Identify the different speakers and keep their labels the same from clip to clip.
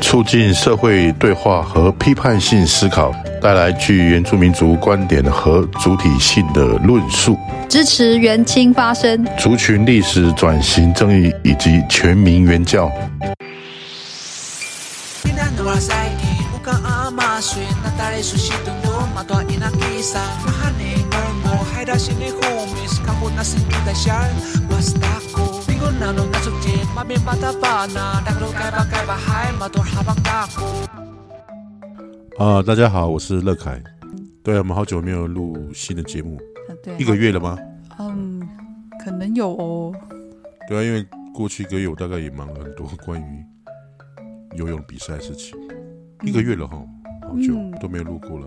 Speaker 1: 促进社会对话和批判性思考，带来具原住民族观点和主体性的论述，
Speaker 2: 支持原青发声。
Speaker 1: 族群历史转型正义以及全民原教。
Speaker 3: Pinanawala sa akin, mukhang aamasin Natali susitong yun, matwa inakisa Mahani, murmo, hayda sinihumis Kamot na sinita siya, basta ko Di ko na nung nasuktin, mabimbata pa na Dagro kay ba kay bahay, matwa habang dako
Speaker 1: 啊、大家好，我是乐凯。对，啊我们好久没有录新的节目，
Speaker 2: 对
Speaker 1: 一个月了吗？
Speaker 2: 嗯，可能有哦。
Speaker 1: 对啊，因为过去一个月我大概也忙了很多关于游泳比赛的事情，一个月了哈，好久、
Speaker 2: 嗯
Speaker 1: 都没有录过了。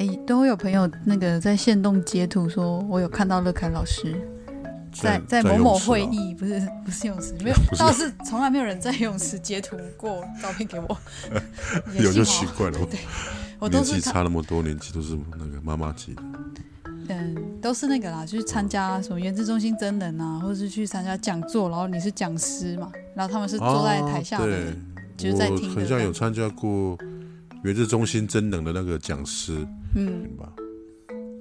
Speaker 2: 哎，都有朋友那个在线动截图说，我有看到乐凯老师在在某某会
Speaker 1: 泳池啊
Speaker 2: 议，不是不 是泳池，没有
Speaker 1: 不，是。
Speaker 2: 倒是从来没有人在泳池截图过照片给我 也
Speaker 1: 有就奇
Speaker 2: 幸好
Speaker 1: 怪了，
Speaker 2: 我
Speaker 1: 年
Speaker 2: 都
Speaker 1: 纪
Speaker 2: 是
Speaker 1: 差那么多，年纪都是那个妈妈级的。
Speaker 2: 嗯，都是那个啦，就是参加什么原子中心真人啊，或者是去参加讲座，然后你是讲师嘛，然后他们是坐在台下
Speaker 1: 啊
Speaker 2: 的，
Speaker 1: 对，
Speaker 2: 就是在
Speaker 1: 我
Speaker 2: 听的
Speaker 1: 很像有参加过原子中心真能的那个讲师
Speaker 2: 嗯，
Speaker 1: 吧？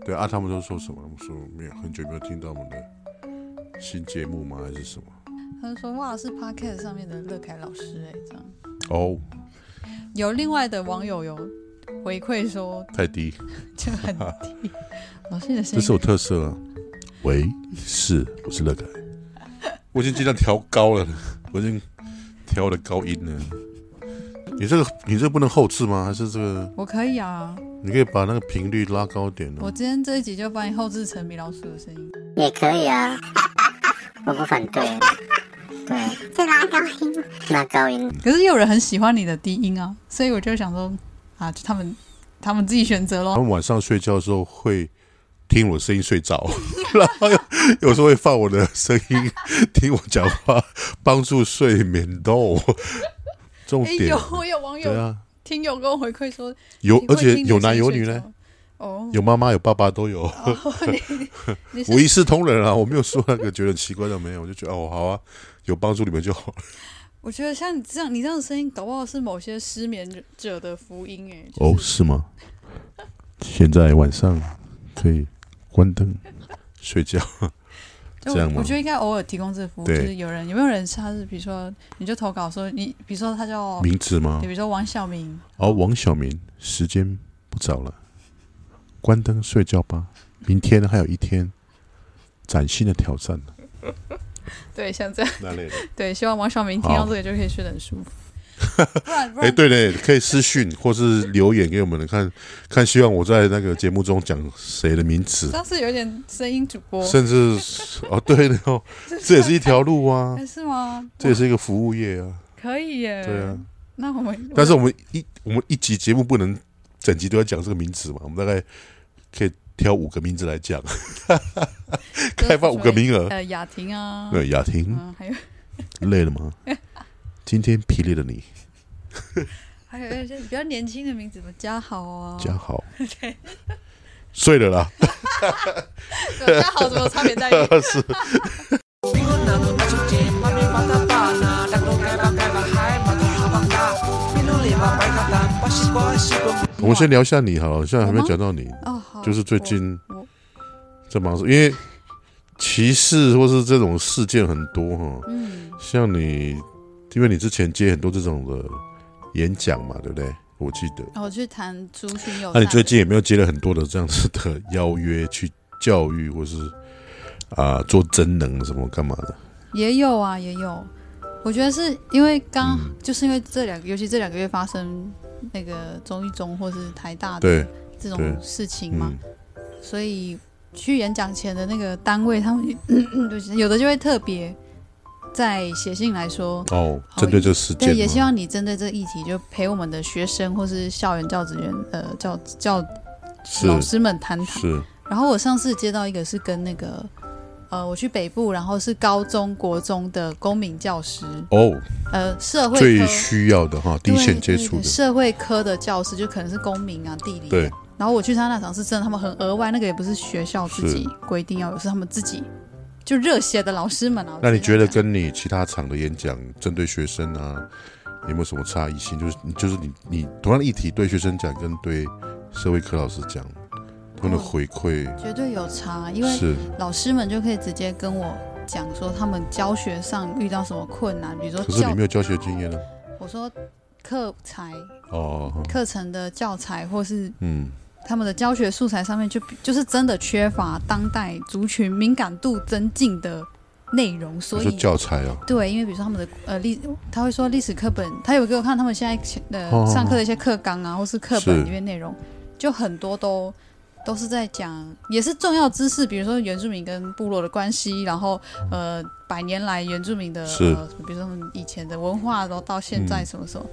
Speaker 1: 对啊，他们都说什么？我说没有，很久没有听到我们的新节目吗？还是什么？
Speaker 2: 他就说哇是 podcast 上面的乐凯老师哎、这样。
Speaker 1: 哦，
Speaker 2: 有另外的网友有回馈说
Speaker 1: 太低，
Speaker 2: 就 很低，老师你的声
Speaker 1: 这是我
Speaker 2: 音
Speaker 1: 特色啊。喂，是，我是乐凯，我已经尽量调高了，我已经调我的高音了。你这个，你这个不能后置吗？还是这个？
Speaker 2: 我可以啊，
Speaker 1: 你可以把那个频率拉高点哦
Speaker 2: 我。今天这一集就把你后置成米老鼠的声音。
Speaker 4: 也可以啊，我不反对。 对，
Speaker 5: 是拉高音吗？
Speaker 4: 那高音
Speaker 2: 可是也有人很喜欢你的低音啊，所以我就想说啊，就他们他们自己选择
Speaker 1: 他
Speaker 2: 咯。
Speaker 1: 们晚上睡觉的时候会听我的声音睡着，然后有有时候会放我的声音听我讲话，帮助睡眠的哦。重
Speaker 2: 哎、
Speaker 1: 点
Speaker 2: 有我有网友、
Speaker 1: 对啊，
Speaker 2: 听友跟我回馈说，
Speaker 1: 有
Speaker 2: 你会
Speaker 1: 而且
Speaker 2: 听你
Speaker 1: 有
Speaker 2: 的声
Speaker 1: 男
Speaker 2: 音
Speaker 1: 有
Speaker 2: 睡
Speaker 1: 女
Speaker 2: 着
Speaker 1: 呢，
Speaker 2: 哦，
Speaker 1: 有妈妈有爸爸都有，
Speaker 2: 你是
Speaker 1: 我一视同仁啊，我没有说那个觉得奇怪的没有，我就觉得哦好啊，有帮助你们就好了。
Speaker 2: 我觉得像你这样，你这样的声音，搞不好是某些失眠者的福音哎、就是
Speaker 1: 哦，是吗？现在晚上可以关灯睡觉，
Speaker 2: 就
Speaker 1: 这样吗
Speaker 2: 我觉得应该偶尔提供这个服务，就
Speaker 1: 对
Speaker 2: 是有人有没有人他是比如说，你就投稿说你，比如说他叫，
Speaker 1: 名字吗
Speaker 2: 你？比如说王小明，
Speaker 1: 而王小明，时间不早了，关灯睡觉吧。明天还有一天，崭新的挑战呢。
Speaker 2: 对，像这样，
Speaker 1: 那类的，
Speaker 2: 对，希望王小明听到这个就可以睡得很舒服，不然不
Speaker 1: 哎，
Speaker 2: 然
Speaker 1: 对嘞，可以私讯或是留言给我们看看，希望我在那个节目中讲谁的名字，
Speaker 2: 上次有点声音主播，
Speaker 1: 甚至哦，对的哦，这也是一条路啊，
Speaker 2: 哎是吗？
Speaker 1: 这也是一个服务业啊，
Speaker 2: 可以耶，
Speaker 1: 对啊。
Speaker 2: 那我们
Speaker 1: 但是我们一我们一集节目不能整集都要讲这个名字嘛，我们大概可以挑五个名字来 讲，开放五个名额。
Speaker 2: 呃雅婷啊，
Speaker 1: 对，雅婷。
Speaker 2: 嗯，还有
Speaker 1: 累了 吗？今天疲累的你，
Speaker 2: 还有一些比较年轻的名字，什么嘉豪 啊，
Speaker 1: 家 好。睡了啦，
Speaker 2: 对哦嘉豪怎么差别 待遇？
Speaker 1: 是
Speaker 3: Di ko na nung nasuktin, mabimbata pa na Dagro kay ba kay bahay, matwa habang dako Pinuli ba pa'y katan, pasis ko ay sigong
Speaker 2: 啊
Speaker 1: 我们先聊一下你好了，现在还没讲到你，
Speaker 2: 哦，好，
Speaker 1: 就是最近
Speaker 2: 我我
Speaker 1: 在忙什么因为歧视或是这种事件很多哈，
Speaker 2: 嗯，
Speaker 1: 像你，因为你之前接很多这种的演讲嘛，对不对？我记得，
Speaker 2: 我去谈族群友善，
Speaker 1: 那啊你最近有没有接了很多的这样子的邀约去教育或是啊、做真能什么干嘛的？
Speaker 2: 也有啊，也有。我觉得是因为刚、
Speaker 1: 嗯
Speaker 2: 就是因为这两个，尤其这两个月发生那个中一中或是台大的
Speaker 1: 对，
Speaker 2: 这
Speaker 1: 对
Speaker 2: 种事情嘛
Speaker 1: 嗯，，
Speaker 2: 所以去演讲前的那个单位，他们 就是有的就会特别在写信来说，
Speaker 1: 哦，
Speaker 2: 好
Speaker 1: 针对这个事件
Speaker 2: 对，
Speaker 1: 嘛，
Speaker 2: 也希望你针对这议题，就陪我们的学生或是校园教职员，呃，教教
Speaker 1: 是
Speaker 2: 老师们谈谈。
Speaker 1: 是
Speaker 2: 然后我上次接到一个是跟那个呃，我去北部，然后是高中国中的公民教师，
Speaker 1: 哦，
Speaker 2: 呃，社会
Speaker 1: 最
Speaker 2: 科
Speaker 1: 需要的哈，第一
Speaker 2: 对
Speaker 1: 线接
Speaker 2: 对
Speaker 1: 触
Speaker 2: 对
Speaker 1: 的，
Speaker 2: 社会科的教师，就可能是公民啊、地理、
Speaker 1: 对，
Speaker 2: 然后我去他那场是真的，他们很额外，那个也不是学校自己规定要有，是他们自己就热血的老师们啊。
Speaker 1: 那你觉得
Speaker 2: 跟
Speaker 1: 跟你其他场的演讲针对学生啊，有没有什么差异性？就是就是你你同样的议题对学生讲跟对社会科老师讲，他们的
Speaker 2: 哦
Speaker 1: 回馈
Speaker 2: 绝对有差，啊因为
Speaker 1: 是，
Speaker 2: 老师们就可以直接跟我讲说他们教学上遇到什么困难，比如
Speaker 1: 可
Speaker 2: 说
Speaker 1: 是
Speaker 2: 教
Speaker 1: 你没有教学经验呢。啊
Speaker 2: 我说课材、
Speaker 1: 哦，
Speaker 2: 课程的教材或是
Speaker 1: 嗯，
Speaker 2: 他们的教学素材上面就比就是真的缺乏当代族群敏感度增进的内容，
Speaker 1: 你
Speaker 2: 所
Speaker 1: 说
Speaker 2: 以
Speaker 1: 教材啊，
Speaker 2: 对，因为比如说他们的呃历，他会说历史课本，他有给我看他们现在呃、
Speaker 1: 哦
Speaker 2: 上课的一些课纲啊，或是课
Speaker 1: 是
Speaker 2: 本里面内容，就很多都都是在讲，也是重要知识，比如说原住民跟部落的关系，然后呃百年来原住民的
Speaker 1: 是
Speaker 2: 呃，比如说他们以前的文化，然后到现在
Speaker 1: 嗯
Speaker 2: 什么什么。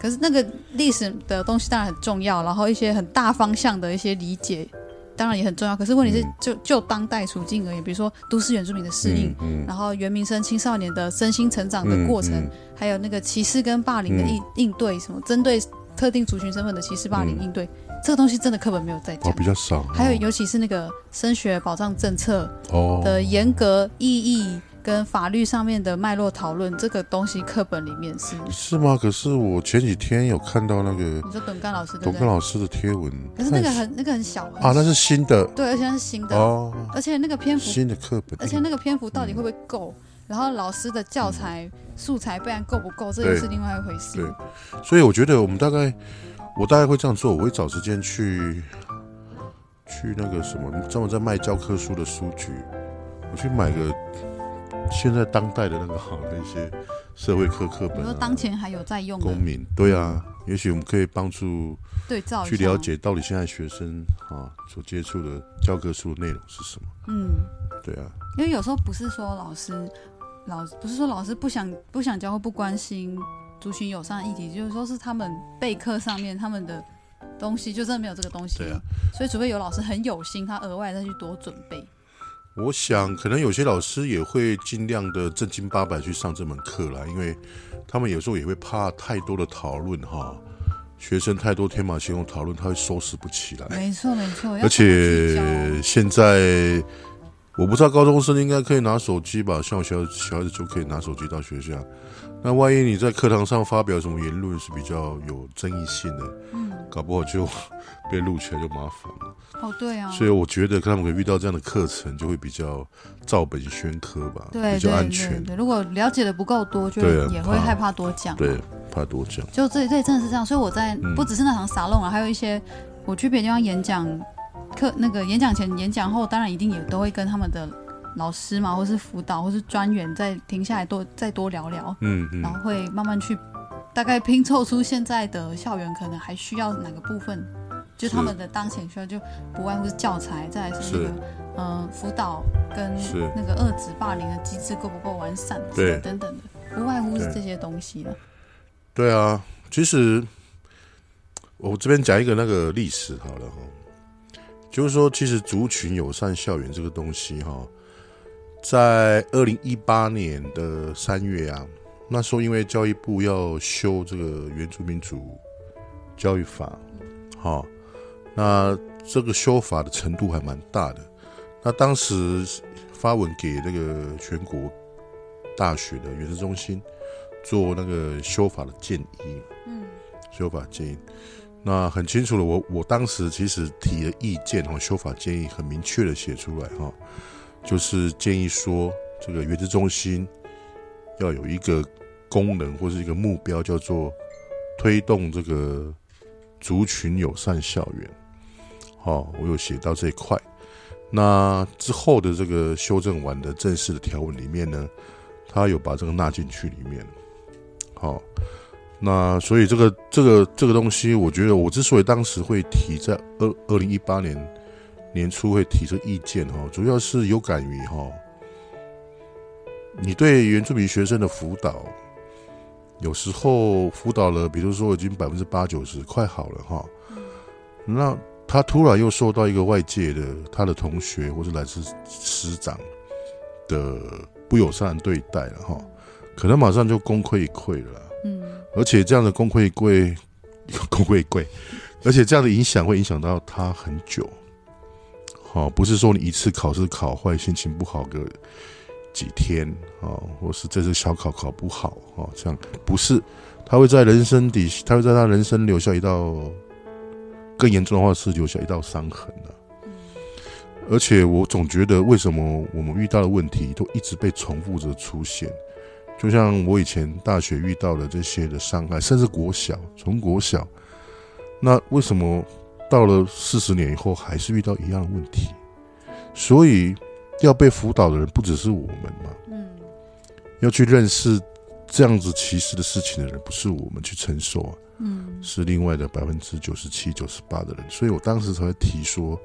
Speaker 2: 可是那个历史的东西当然很重要，然后一些很大方向的一些理解，当然也很重要。可是问题是
Speaker 1: 嗯
Speaker 2: 就，就当代处境而言，比如说都市原住民的适应，
Speaker 1: 嗯嗯
Speaker 2: 然后原民生青少年的身心成长的过程，
Speaker 1: 嗯嗯
Speaker 2: 还有那个歧视跟霸凌的应、应对，什么针对特定族群身份的歧视霸凌
Speaker 1: 嗯
Speaker 2: 应对，这个东西真的课本没有在
Speaker 1: 哦
Speaker 2: 讲。
Speaker 1: 比较少，
Speaker 2: 还有尤其是那个升学保障政策
Speaker 1: 哦
Speaker 2: 的严格意义跟法律上面的脉络讨论，这个东西课本里面是你
Speaker 1: 是吗？可是我前几天有看到那个
Speaker 2: 说董干老师对
Speaker 1: 董
Speaker 2: 不
Speaker 1: 根
Speaker 2: 对？
Speaker 1: 老师的贴文，
Speaker 2: 可是那个
Speaker 1: 太
Speaker 2: 很那个很小很
Speaker 1: 啊，那是新的
Speaker 2: 对，而且它是新的，
Speaker 1: 哦，
Speaker 2: 而且那个篇幅
Speaker 1: 新的课本，
Speaker 2: 而且那个篇幅到底会不会够？
Speaker 1: 嗯
Speaker 2: 然后老师的教材、素材备案够不够，这又
Speaker 1: 对
Speaker 2: 是另外一回事。
Speaker 1: 对所以我觉得我们大概，我大概会这样做，我会找时间去去那个什么专门在卖教科书的书局，我去买个现在当代的那个好的一些社会课课
Speaker 2: 你
Speaker 1: 本、
Speaker 2: 说
Speaker 1: 啊，
Speaker 2: 当前还有在用的
Speaker 1: 公民，对啊，也许我们可以帮助
Speaker 2: 对照一下
Speaker 1: 去了，解到底现在学生啊所接触的教科书的内容是什么，
Speaker 2: 嗯，
Speaker 1: 对啊，
Speaker 2: 因为有时候不是说老师老不是说老师不想不想教或不关心族群友善的议题，就是说是他们备课上面他们的东西就真的没有这个东西
Speaker 1: 对啊，
Speaker 2: 所以除非有老师很有心，他额外再去多准备。
Speaker 1: 我想，可能有些老师也会尽量的正经八百去上这门课啦，因为他们有时候也会怕太多的讨论哈，学生太多天马行空讨论，他会收拾不起来。
Speaker 2: 没错没错，哎要
Speaker 1: 哎而且
Speaker 2: 怎么去教啊
Speaker 1: 现在，我不知道高中生应该可以拿手机吧？像我小小孩子就可以拿手机到学校。那万一你在课堂上发表什么言论是比较有争议性的，
Speaker 2: 嗯
Speaker 1: 搞不好就 被录起来就麻烦了。
Speaker 2: 哦对啊，
Speaker 1: 所以我觉得他们可以遇到这样的课程，就会比较照本宣科吧，
Speaker 2: 对
Speaker 1: 啊比较
Speaker 2: 对
Speaker 1: 安
Speaker 2: 对
Speaker 1: 全。
Speaker 2: 对，如果了解的不够多，就
Speaker 1: 对啊
Speaker 2: 也会
Speaker 1: 怕
Speaker 2: 害怕多讲。
Speaker 1: 对，怕多讲。
Speaker 2: 就对对，真的是这样。所以我在、
Speaker 1: 嗯
Speaker 2: 不只是那场沙龙啊，还有一些我去别的地方演讲课，那个演讲前、演讲后，当然一定也都会跟他们的老师嘛，或是辅导，或是专员再停下来多再多聊聊，
Speaker 1: 嗯嗯
Speaker 2: 然后会慢慢去大概拼凑出现在的校园可能还需要哪个部分，就是他们的当前需要就不外乎是教材，再来是
Speaker 1: 是
Speaker 2: 那个嗯辅、导跟
Speaker 1: 是
Speaker 2: 那个遏止霸凌的机制够不够完善，
Speaker 1: 对
Speaker 2: 等等的，不外乎是
Speaker 1: 对
Speaker 2: 这些东西了。
Speaker 1: 对啊，其实我这边讲一个那个历史好了哈，就是说，其实族群友善校园这个东西哈，在二零一八年的三月啊，那时候因为教育部要修这个原住民族教育法，哈，那这个修法的程度还蛮大的。那当时发文给那个全国大学的原子中心，做那个修法的建议，
Speaker 2: 嗯，
Speaker 1: 修法建议。那很清楚了，我我当时其实提了意见哈，修法建议很明确的写出来哈，就是建议说这个原子中心要有一个功能或是一个目标，叫做推动这个族群友善校园。好、我有写到这一块。那之后的这个修正完的正式的条文里面呢，他有把这个纳进去里面。哦好、那所以这个这个这个东西，我觉得我之所以当时会提在二二零一八年年初会提这个意见哈、主要是有感于哈、你对原住民学生的辅导，有时候辅导了，比如说已经百分之八九十快好了哈、那他突然又受到一个外界的他的同学或者来自师长的不友善对待了哈，可能马上就功亏一篑了啦。
Speaker 6: 嗯，
Speaker 1: 而且这样的功亏一篑，功亏一篑， 而且这样的影响会影响到他很久。好、不是说你一次考试考坏，心情不好个几天啊、哦，或是这次小考考不好哦，这样不是，他会在人生底，他会在他人生留下一道更严重的话是留下一道伤痕了、而且我总觉得，为什么我们遇到的问题都一直被重复着出现？就像我以前大学遇到的这些的伤害，甚至国小，从国小，那为什么到了四十年以后还是遇到一样的问题？所以要被辅导的人不只是我们嘛，嗯，要去认识这样子歧视的事情的人，不是我们去承受啊，嗯，是另外的百分之九十七、九十八的人。所以我当时才会提说，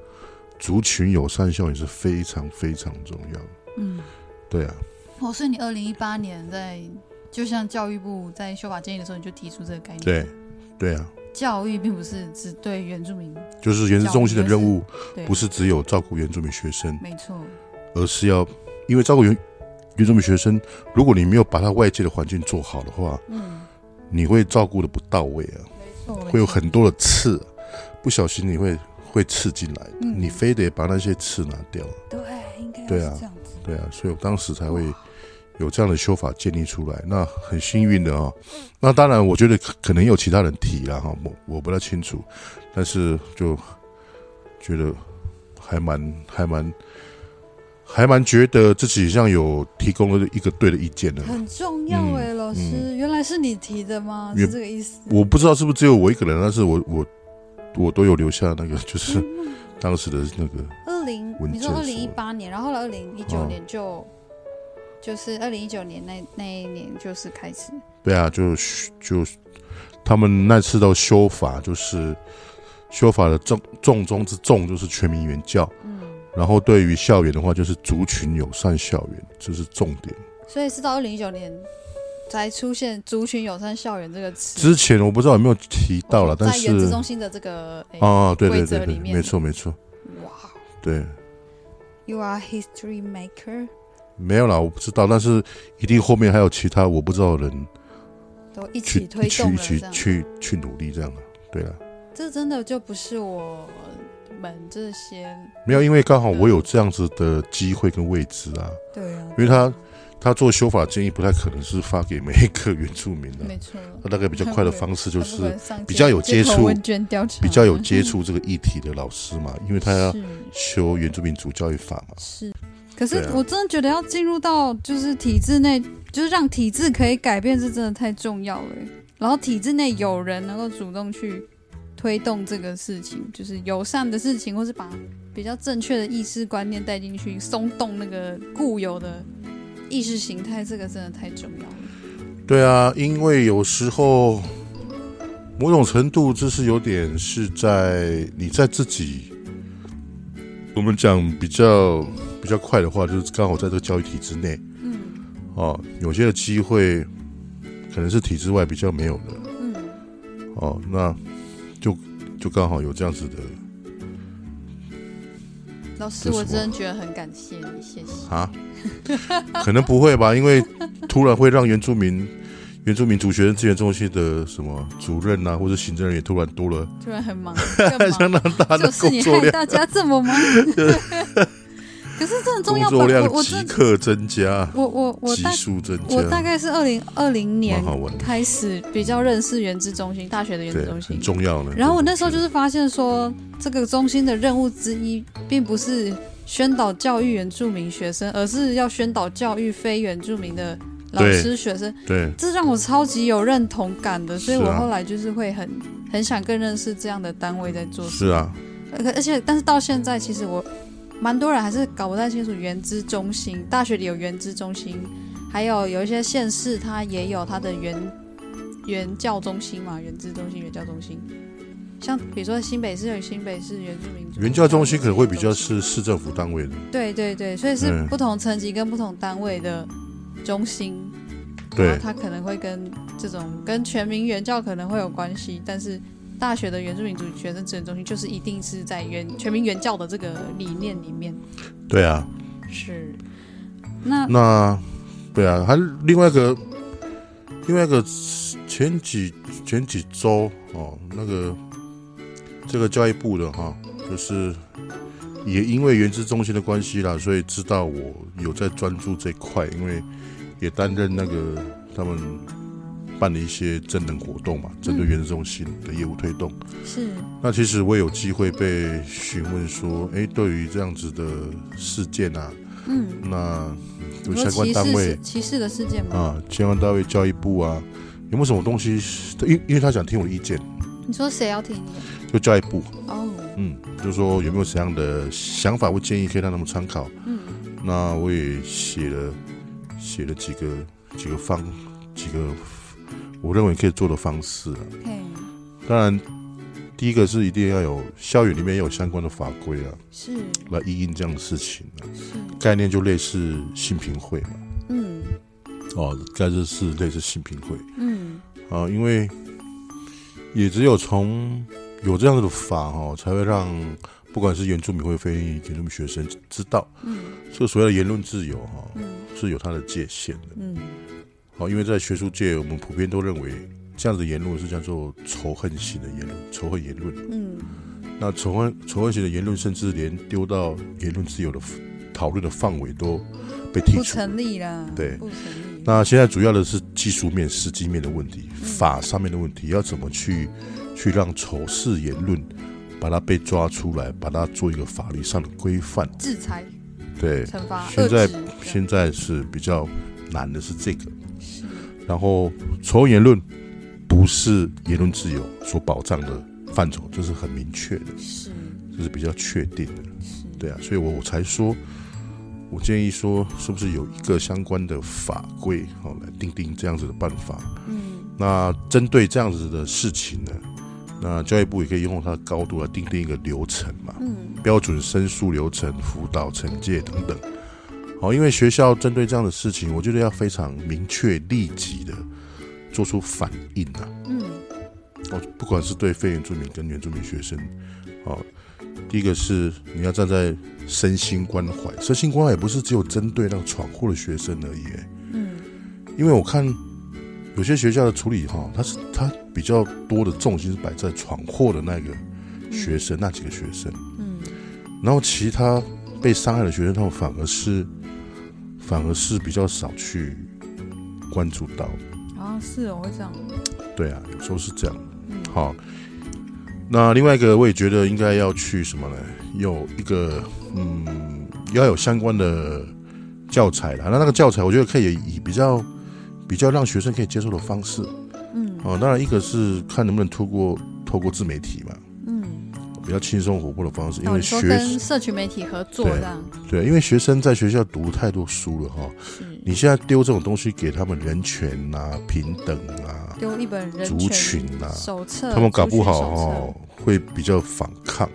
Speaker 1: 族群友善效应是非常非常重要。
Speaker 6: 嗯，
Speaker 1: 对啊，
Speaker 6: 我、哦、所以你二零一八年在，就像教育部在修法建议的时候，你就提出这个概念。，
Speaker 1: 对，对啊。
Speaker 6: 教育并不是只对原住民，
Speaker 1: 就是原子中心的任务
Speaker 6: 对，
Speaker 1: 不是只有照顾原住民学生，
Speaker 6: 没错，
Speaker 1: 而是要因为照顾原原住民学生，如果你没有把他外界的环境做好的话，
Speaker 6: 嗯，
Speaker 1: 你会照顾的不到位啊，
Speaker 6: 没错，
Speaker 1: 会有很多的刺，不小心你会会刺进来，
Speaker 6: 嗯
Speaker 1: 你非得把那些刺拿掉，
Speaker 6: 对，应该是
Speaker 1: 对啊
Speaker 6: 这样子，
Speaker 1: 对啊，所以我当时才会有这样的修法建立出来。那很幸运的哦，那当然我觉得可可能有其他人提了哈，我我不太清楚，但是就觉得还蛮还蛮还蛮觉得自己像有提供了一个对的意见的。
Speaker 2: 很重要
Speaker 1: 嗯
Speaker 2: 哎、老师、原来是你提的吗？
Speaker 1: 也
Speaker 2: 是这个意思？
Speaker 1: 我不知道是不是只有我一个人，但是我我我都有留下那个就是 当时的那个
Speaker 2: 二零，
Speaker 1: 文
Speaker 2: 你说
Speaker 1: 件
Speaker 2: 二
Speaker 1: 是
Speaker 2: 零一八年，然后后来二零一九
Speaker 1: 哦
Speaker 2: 年就、就是二零一九年那那一年就是开始，
Speaker 1: 对啊，就就他们那次到修法，就是修法的重重中之重就是全民原教，
Speaker 2: 嗯，
Speaker 1: 然后对于校园的话就是族群友善校园，这是重点。
Speaker 2: 所以是到二零一九年才出现“族群友善校园”这个词。
Speaker 1: 之前我不知道有没有提到了，但
Speaker 2: 哦在
Speaker 1: 是
Speaker 2: 原子中心的这个，哎、
Speaker 1: 啊，对对
Speaker 2: 规则
Speaker 1: 对
Speaker 2: 里
Speaker 1: 对，
Speaker 2: 面
Speaker 1: 没错没错，
Speaker 2: 哇
Speaker 1: 对，
Speaker 2: ，You are history maker，
Speaker 1: 没有啦，我不知道，但是一定后面还有其他我不知道的人
Speaker 2: 都一
Speaker 1: 去
Speaker 2: 起推
Speaker 1: 一起
Speaker 2: 动
Speaker 1: 一
Speaker 2: 了这
Speaker 1: 起
Speaker 2: 样。
Speaker 1: 去去努力这样的，对了。
Speaker 2: 这真的就不是我们这些，
Speaker 1: 没有，因为刚好我有这样子的机会跟位置啊，
Speaker 2: 对啊
Speaker 1: 因，为他他做修法建议不太可能是发给每一个原住民 的、
Speaker 2: 没错，
Speaker 1: 那大概比较快的方式啊就
Speaker 2: 他不
Speaker 1: 是
Speaker 2: 管上
Speaker 1: 比
Speaker 2: 街
Speaker 1: 较有接
Speaker 2: 街头
Speaker 1: 触
Speaker 2: 问卷调查
Speaker 1: 比较有接触这个议题的老师嘛，因为他要
Speaker 2: 是
Speaker 1: 修原住民族教育法嘛。
Speaker 2: 是，可是
Speaker 1: 对啊
Speaker 2: 我真的觉得要进入到就是体制内，就是让体制可以改变，是真的太重要了欸。然后体制内有人能够主动去推动这个事情，就是友善的事情，或是把比较正确的意识观念带进去，松动那个固有的意识形态，这个真的太重要了。
Speaker 1: 对啊，因为有时候某种程度这是有点是在你在自己，我们讲比较比较快的话，就是刚好在这个教育体制内，
Speaker 2: 嗯
Speaker 1: 哦，有些的机会可能是体制外比较没有的，
Speaker 2: 嗯，
Speaker 1: 哦，那就就刚好有这样子的
Speaker 2: 老师，
Speaker 1: 这是什么
Speaker 2: 我真的觉得很感谢你，谢谢。
Speaker 1: 啊，可能不会吧，因 为突然会让原住民。原住民族学生资源中心的什么主任啊，或者行政人员突然多了
Speaker 2: 突然 很忙，更忙
Speaker 1: 相当大的
Speaker 2: 就是
Speaker 1: 工
Speaker 2: 你
Speaker 1: 作
Speaker 2: 害
Speaker 1: 量，
Speaker 2: 大家这 么忙。可是这很重
Speaker 1: 工
Speaker 2: 要吧？
Speaker 1: 作量
Speaker 2: 我我
Speaker 1: 即
Speaker 2: 真
Speaker 1: 刻增加，
Speaker 2: 我我我
Speaker 1: 急
Speaker 2: 大
Speaker 1: 速增加
Speaker 2: 我，大概是二零二零年
Speaker 1: 蛮好玩的
Speaker 2: 开始比较认识原子中心，大学的原子
Speaker 1: 对，
Speaker 2: 中心
Speaker 1: 很。重要呢。
Speaker 2: 然后我那时候就是发现说，这个中心的任务之一并不是宣导教育原住民学生，而是要宣导教育非原住民的老
Speaker 1: 对
Speaker 2: 师学生。
Speaker 1: 对
Speaker 2: 这让我超级有认同感的，所以
Speaker 1: 是
Speaker 2: 我
Speaker 1: 啊
Speaker 2: 后来就是会很很想更认识这样的单位在做什么。
Speaker 1: 是啊，
Speaker 2: 而而且，但是到现在，其实我蛮多人还是搞不太清楚原知中心，大学里有原知中心，还有有一些县市它也有它的原原教中心嘛，原知中心、原教中心。像比如说新北市有新北市原住民族
Speaker 1: 原教中心可能会比较
Speaker 2: 中
Speaker 1: 是
Speaker 2: 心
Speaker 1: 市政府单位的，
Speaker 2: 对对对，所以是
Speaker 1: 嗯
Speaker 2: 不同层级跟不同单位的中心，然
Speaker 1: 对
Speaker 2: 后，它可能会跟这种跟全民原教可能会有关系，但是大学的原住民族学生支援中心就是一定是在原全民原教的这个理念里面
Speaker 1: 对啊，
Speaker 2: 是。那
Speaker 1: 那对啊，还另外一个另外一个前几前几周哦，那个这个教育部的哈、就是也因为原资中心的关系啦，所以知道我有在专注这块，因为也担任那个他们办的一些政能活动嘛，针对原资中心的业务推动。
Speaker 2: 是
Speaker 1: 那其实我也有机会被询问说，哎，对于这样子的事件啊，
Speaker 2: 嗯，
Speaker 1: 那有
Speaker 2: 你
Speaker 1: 相
Speaker 2: 说
Speaker 1: 关
Speaker 2: 歧
Speaker 1: 单
Speaker 2: 视
Speaker 1: 位
Speaker 2: 事歧视的事件吗？
Speaker 1: 啊，相关单位教育部啊，有没有什么东西是？因因为他想听我的意见，
Speaker 2: 你说谁要听你？
Speaker 1: 就教育部，
Speaker 2: 哦，
Speaker 1: 嗯，就说有没有怎样的想法或建议可以让他们参考。
Speaker 2: 嗯，
Speaker 1: 那我也写了写了几个几个方几个我认为可以做的方式啊。
Speaker 2: 嘿，
Speaker 1: 当然，第一个是一定要有校园里面也有相关的法规啊，
Speaker 2: 是
Speaker 1: 来应应这样的事情、啊。
Speaker 2: 是，
Speaker 1: 概念就类似性平会嘛，
Speaker 2: 嗯
Speaker 1: 哦，概念是类似性平会。
Speaker 2: 嗯，
Speaker 1: 啊，因为也只有从有这样子的法哦，才会让不管是原住民或者非原住民学生知道，嗯，这个所谓的言论自由哈、是有它的界限的，
Speaker 2: 嗯，
Speaker 1: 好，因为在学术界，我们普遍都认为这样子的言论是叫做仇恨型的言论，仇恨言论，
Speaker 2: 嗯，
Speaker 1: 那仇恨仇恨型的言论，甚至连丢到言论自由的讨论的范围都被剔
Speaker 2: 不
Speaker 1: 除。
Speaker 2: 成立啦，
Speaker 1: 对
Speaker 2: 不成立。
Speaker 1: 那现在主要的是技术面、实际面的问题，
Speaker 2: 嗯
Speaker 1: 法上面的问题，要怎么去去让仇视言论把它被抓出来，把它做一个法律上的规范。
Speaker 2: 制裁、
Speaker 1: 对，
Speaker 2: 惩罚、
Speaker 1: 现在
Speaker 2: 遏制
Speaker 1: 现在是比较难的是这个。然后仇恨言论不是言论自由所保障的范畴，这是很明确的，
Speaker 2: 是
Speaker 1: 这是比较确定的。
Speaker 2: 是，
Speaker 1: 对啊，所以我我才说，我建议说，是不是有一个相关的法规，好、来定定这样子的办法。
Speaker 2: 嗯
Speaker 1: 那针对这样子的事情呢，那教育部也可以用它的高度来定定一个流程嘛，
Speaker 2: 嗯
Speaker 1: 标准申诉流程、辅导、惩戒等等。好，哦因为学校针对这样的事情，我觉得要非常明确、立即的做出反应啊。
Speaker 2: 嗯
Speaker 1: 哦，不管是对非原住民跟原住民学生，哦，第一个是你要站在身心关怀，身心关怀也不是只有针对那个闯祸的学生而已，
Speaker 2: 嗯，
Speaker 1: 因为我看有些学校的处理哈、它是它比较多的重心是摆在闯祸的那个学生、那几个学生，
Speaker 2: 嗯，
Speaker 1: 然后其他被伤害的学生，他们反而是反而是比较少去关注到。
Speaker 2: 啊是哦，会这样，
Speaker 1: 对啊，有时候是这样。好，那另外一个我也觉得应该要去什么呢？有一个嗯，要有相关的教材啦。那那个教材，我觉得可以以比较比较让学生可以接受的方式
Speaker 2: 嗯
Speaker 1: 哦。当然，一个是看能不能透过透过自媒体嘛，
Speaker 2: 嗯，
Speaker 1: 比较轻松活泼的方式，因
Speaker 2: 哦
Speaker 1: 为
Speaker 2: 你说
Speaker 1: 学
Speaker 2: 跟社群媒体合作
Speaker 1: 对
Speaker 2: 这样，
Speaker 1: 对，因为学生在学校读太多书了哈、
Speaker 2: 是
Speaker 1: 你现在丢这种东西给他们，人权啊、平等啊、
Speaker 2: 丢一本人
Speaker 1: 族群啊，
Speaker 2: 手册，
Speaker 1: 他们搞不好
Speaker 2: 族群手册
Speaker 1: 哦，会比较反抗，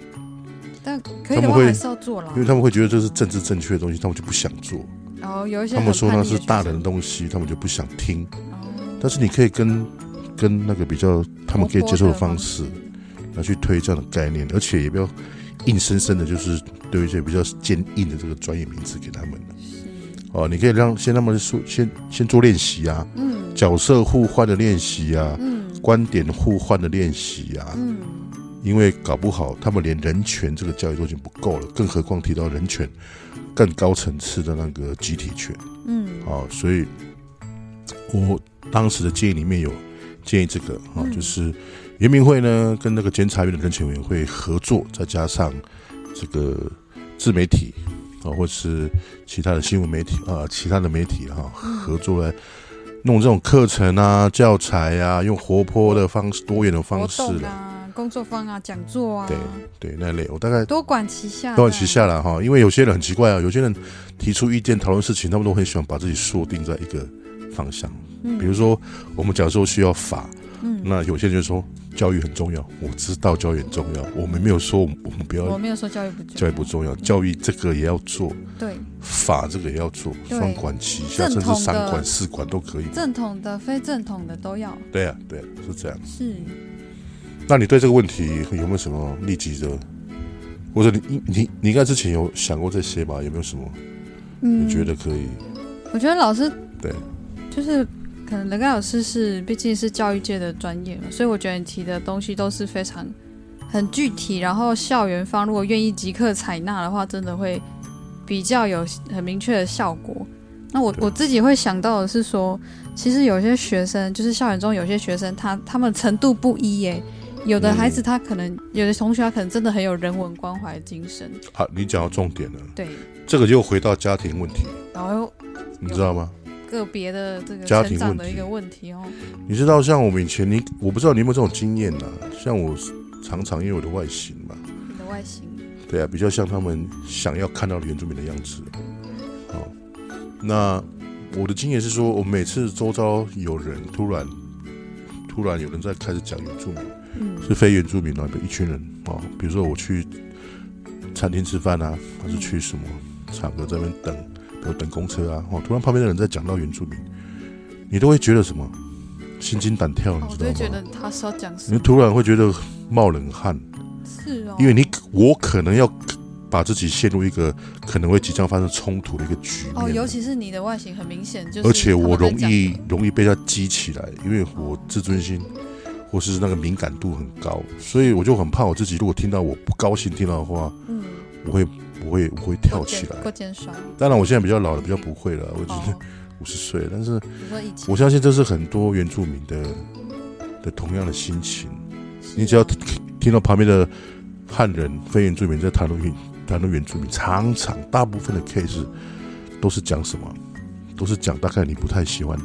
Speaker 2: 但可
Speaker 1: 他
Speaker 2: 以的
Speaker 1: 们
Speaker 2: 话
Speaker 1: 会
Speaker 2: 还是要做啦
Speaker 1: 因为。他们会觉得这是政治正确的东西，他们就不想做。
Speaker 2: 然后有一些
Speaker 1: 他们
Speaker 2: 很
Speaker 1: 说
Speaker 2: 叛
Speaker 1: 那
Speaker 2: 逆
Speaker 1: 是
Speaker 2: 学
Speaker 1: 大
Speaker 2: 生
Speaker 1: 人的东西，他们就不想听。
Speaker 2: 哦
Speaker 1: 但是你可以跟跟那个比较他们可以接受的
Speaker 2: 活泼的
Speaker 1: 方
Speaker 2: 方
Speaker 1: 式
Speaker 2: 嗯
Speaker 1: 来去推这样的概念，而且也不要硬生生的，就是丢一些比较坚硬的这个专业名词给他们。哦，你可以让先让他们说先先做练习啊，
Speaker 2: 嗯
Speaker 1: 角色互换的练习啊，
Speaker 2: 嗯
Speaker 1: 观点互换的练习啊，
Speaker 2: 嗯，
Speaker 1: 因为搞不好他们连人权这个教育都已经不够了，更何况提到人权更高层次的那个集体权
Speaker 2: 嗯
Speaker 1: 啊、所以我当时的建议里面有建议这个啊、
Speaker 2: 嗯
Speaker 1: 就是圆明会呢跟那个监察院的人权委员会合作，哦再加上这个自媒体啊、或是其他的新闻媒体啊、其他的媒体哈、
Speaker 2: 嗯
Speaker 1: 合作来。弄这种课程啊、教材啊，用活泼的方式、多元的
Speaker 2: 活
Speaker 1: 方式
Speaker 2: 动
Speaker 1: 来
Speaker 2: 啊，工作坊啊，讲座啊，
Speaker 1: 对对那类，我大概
Speaker 2: 多管齐下，
Speaker 1: 多管齐，下了哈，因为有些人很奇怪啊，有些人提出意见讨论事情，他们都很喜欢把自己锁定在一个方向。
Speaker 2: 嗯
Speaker 1: 比如说，我们假设需要法，
Speaker 2: 嗯
Speaker 1: 那有些人就说教育很重要，我知道教育很重要，我们没有说我们我们不
Speaker 2: 我
Speaker 1: 要
Speaker 2: 没有说教育不
Speaker 1: 教
Speaker 2: 重
Speaker 1: 育
Speaker 2: 要，
Speaker 1: 不重要，教育这个也要做，
Speaker 2: 对，
Speaker 1: 法这个也要做，
Speaker 2: 对
Speaker 1: 双管齐下，
Speaker 2: 正
Speaker 1: 甚
Speaker 2: 统
Speaker 1: 至
Speaker 2: 的
Speaker 1: 三管四管都可以。
Speaker 2: 正统的、非正统的都要，
Speaker 1: 对啊，对啊，是这样。
Speaker 2: 是，
Speaker 1: 那你对这个问题有没有什么立即的，或者你你你你应该之前有想过这些吧？有没有什么
Speaker 2: 嗯
Speaker 1: 你觉得可以
Speaker 2: 我觉得老师
Speaker 1: 对，
Speaker 2: 就是可能人盖老师是毕竟是教育界的专业嘛，所以我觉得你提的东西都是非常很具体，然后校园方如果愿意即刻采纳的话，真的会比较有很明确的效果。那我
Speaker 1: 对
Speaker 2: 我自己会想到的是说，其实有些学生就是校园中有些学生他他们程度不一耶。有的孩
Speaker 1: 嗯
Speaker 2: 子他可能，有的同学他可能真的很有人文关怀精神，
Speaker 1: 好、你讲到重点了，
Speaker 2: 对，
Speaker 1: 这个又回到家庭问题，
Speaker 2: 然后
Speaker 1: 你知道吗？
Speaker 2: 个别的这个
Speaker 1: 家庭
Speaker 2: 成长
Speaker 1: 问
Speaker 2: 的
Speaker 1: 题
Speaker 2: 一个问题哦。
Speaker 1: 你知道，像我们以前，你我不知道你有没有这种经验呢、像我常常因为我的外形嘛，
Speaker 2: 你的外形，
Speaker 1: 对啊，比较像他们想要看到的原住民的样子。好，那我的经验是说，我每次周遭有人突然突然有人在开始讲原住民，
Speaker 2: 嗯
Speaker 1: 是非原住民啊，一群人哦，比如说我去餐厅吃饭啊，还是去什么场合这边等，比如等公车啊，哦，突然旁边的人在讲到原住民，你都会觉得什么心惊胆跳，
Speaker 2: 哦
Speaker 1: 你
Speaker 2: 我
Speaker 1: 知
Speaker 2: 就
Speaker 1: 道
Speaker 2: 会
Speaker 1: 吗？
Speaker 2: 觉得他是要讲什
Speaker 1: 你
Speaker 2: 么？
Speaker 1: 突然会觉得冒冷汗，
Speaker 2: 是哦，
Speaker 1: 因为你我可能要把自己陷入一个可能会即将发生冲突的一个局面，
Speaker 2: 哦，尤其是你的外形很明显，就是
Speaker 1: 而且我
Speaker 2: 他
Speaker 1: 容
Speaker 2: 们在讲
Speaker 1: 易容易被他激起来，因为我自尊心或是那个敏感度很高，所以我就很怕哦我自己，如果听到我不高兴听到的话，
Speaker 2: 嗯
Speaker 1: 我会我会我会跳起来
Speaker 2: 过。肩摔
Speaker 1: 当然，我现在比较老了，比较不会了，我已经
Speaker 2: 哦。
Speaker 1: 五十岁了，但是
Speaker 2: 你说以前
Speaker 1: 我相信这是很多原住民的的同样的心情。你只要听听到旁边的汉人、非原住民在谈论原谈论原住民，常常大部分的 case 都是讲什么？都是讲大概你不太喜欢，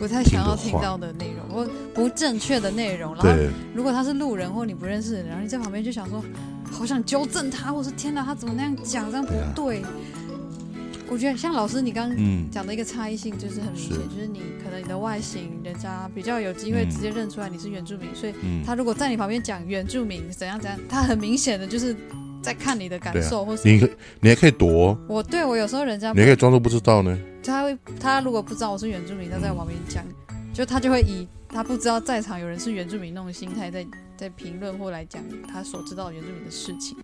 Speaker 2: 不太想要听到的内容，或不正确的内容。然后
Speaker 1: 对
Speaker 2: 如果他是路人或你不认识的人，然后你在旁边就想说，好想纠正他，或是天哪，他怎么那样讲，这样不
Speaker 1: 对啊
Speaker 2: 对。我觉得像老师你刚刚
Speaker 1: 嗯，
Speaker 2: 讲的一个差异性就是很明显
Speaker 1: 是，
Speaker 2: 就是你可能你的外形，人家比较有机会
Speaker 1: 嗯
Speaker 2: 直接认出来你是原住民，所以
Speaker 1: 嗯
Speaker 2: 他如果在你旁边讲原住民怎样怎样，他很明显的就是在看你的感
Speaker 1: 对啊
Speaker 2: 受，或是
Speaker 1: 你可你还可以躲哦，
Speaker 2: 我对我有时候人家
Speaker 1: 你还可以装作不知道呢。
Speaker 2: 他会他如果不知道我是原住民，他在
Speaker 1: 嗯
Speaker 2: 旁边讲，就他就会以他不知道在场有人是原住民那种心态在在评论或来讲他所知道的原住民的事情。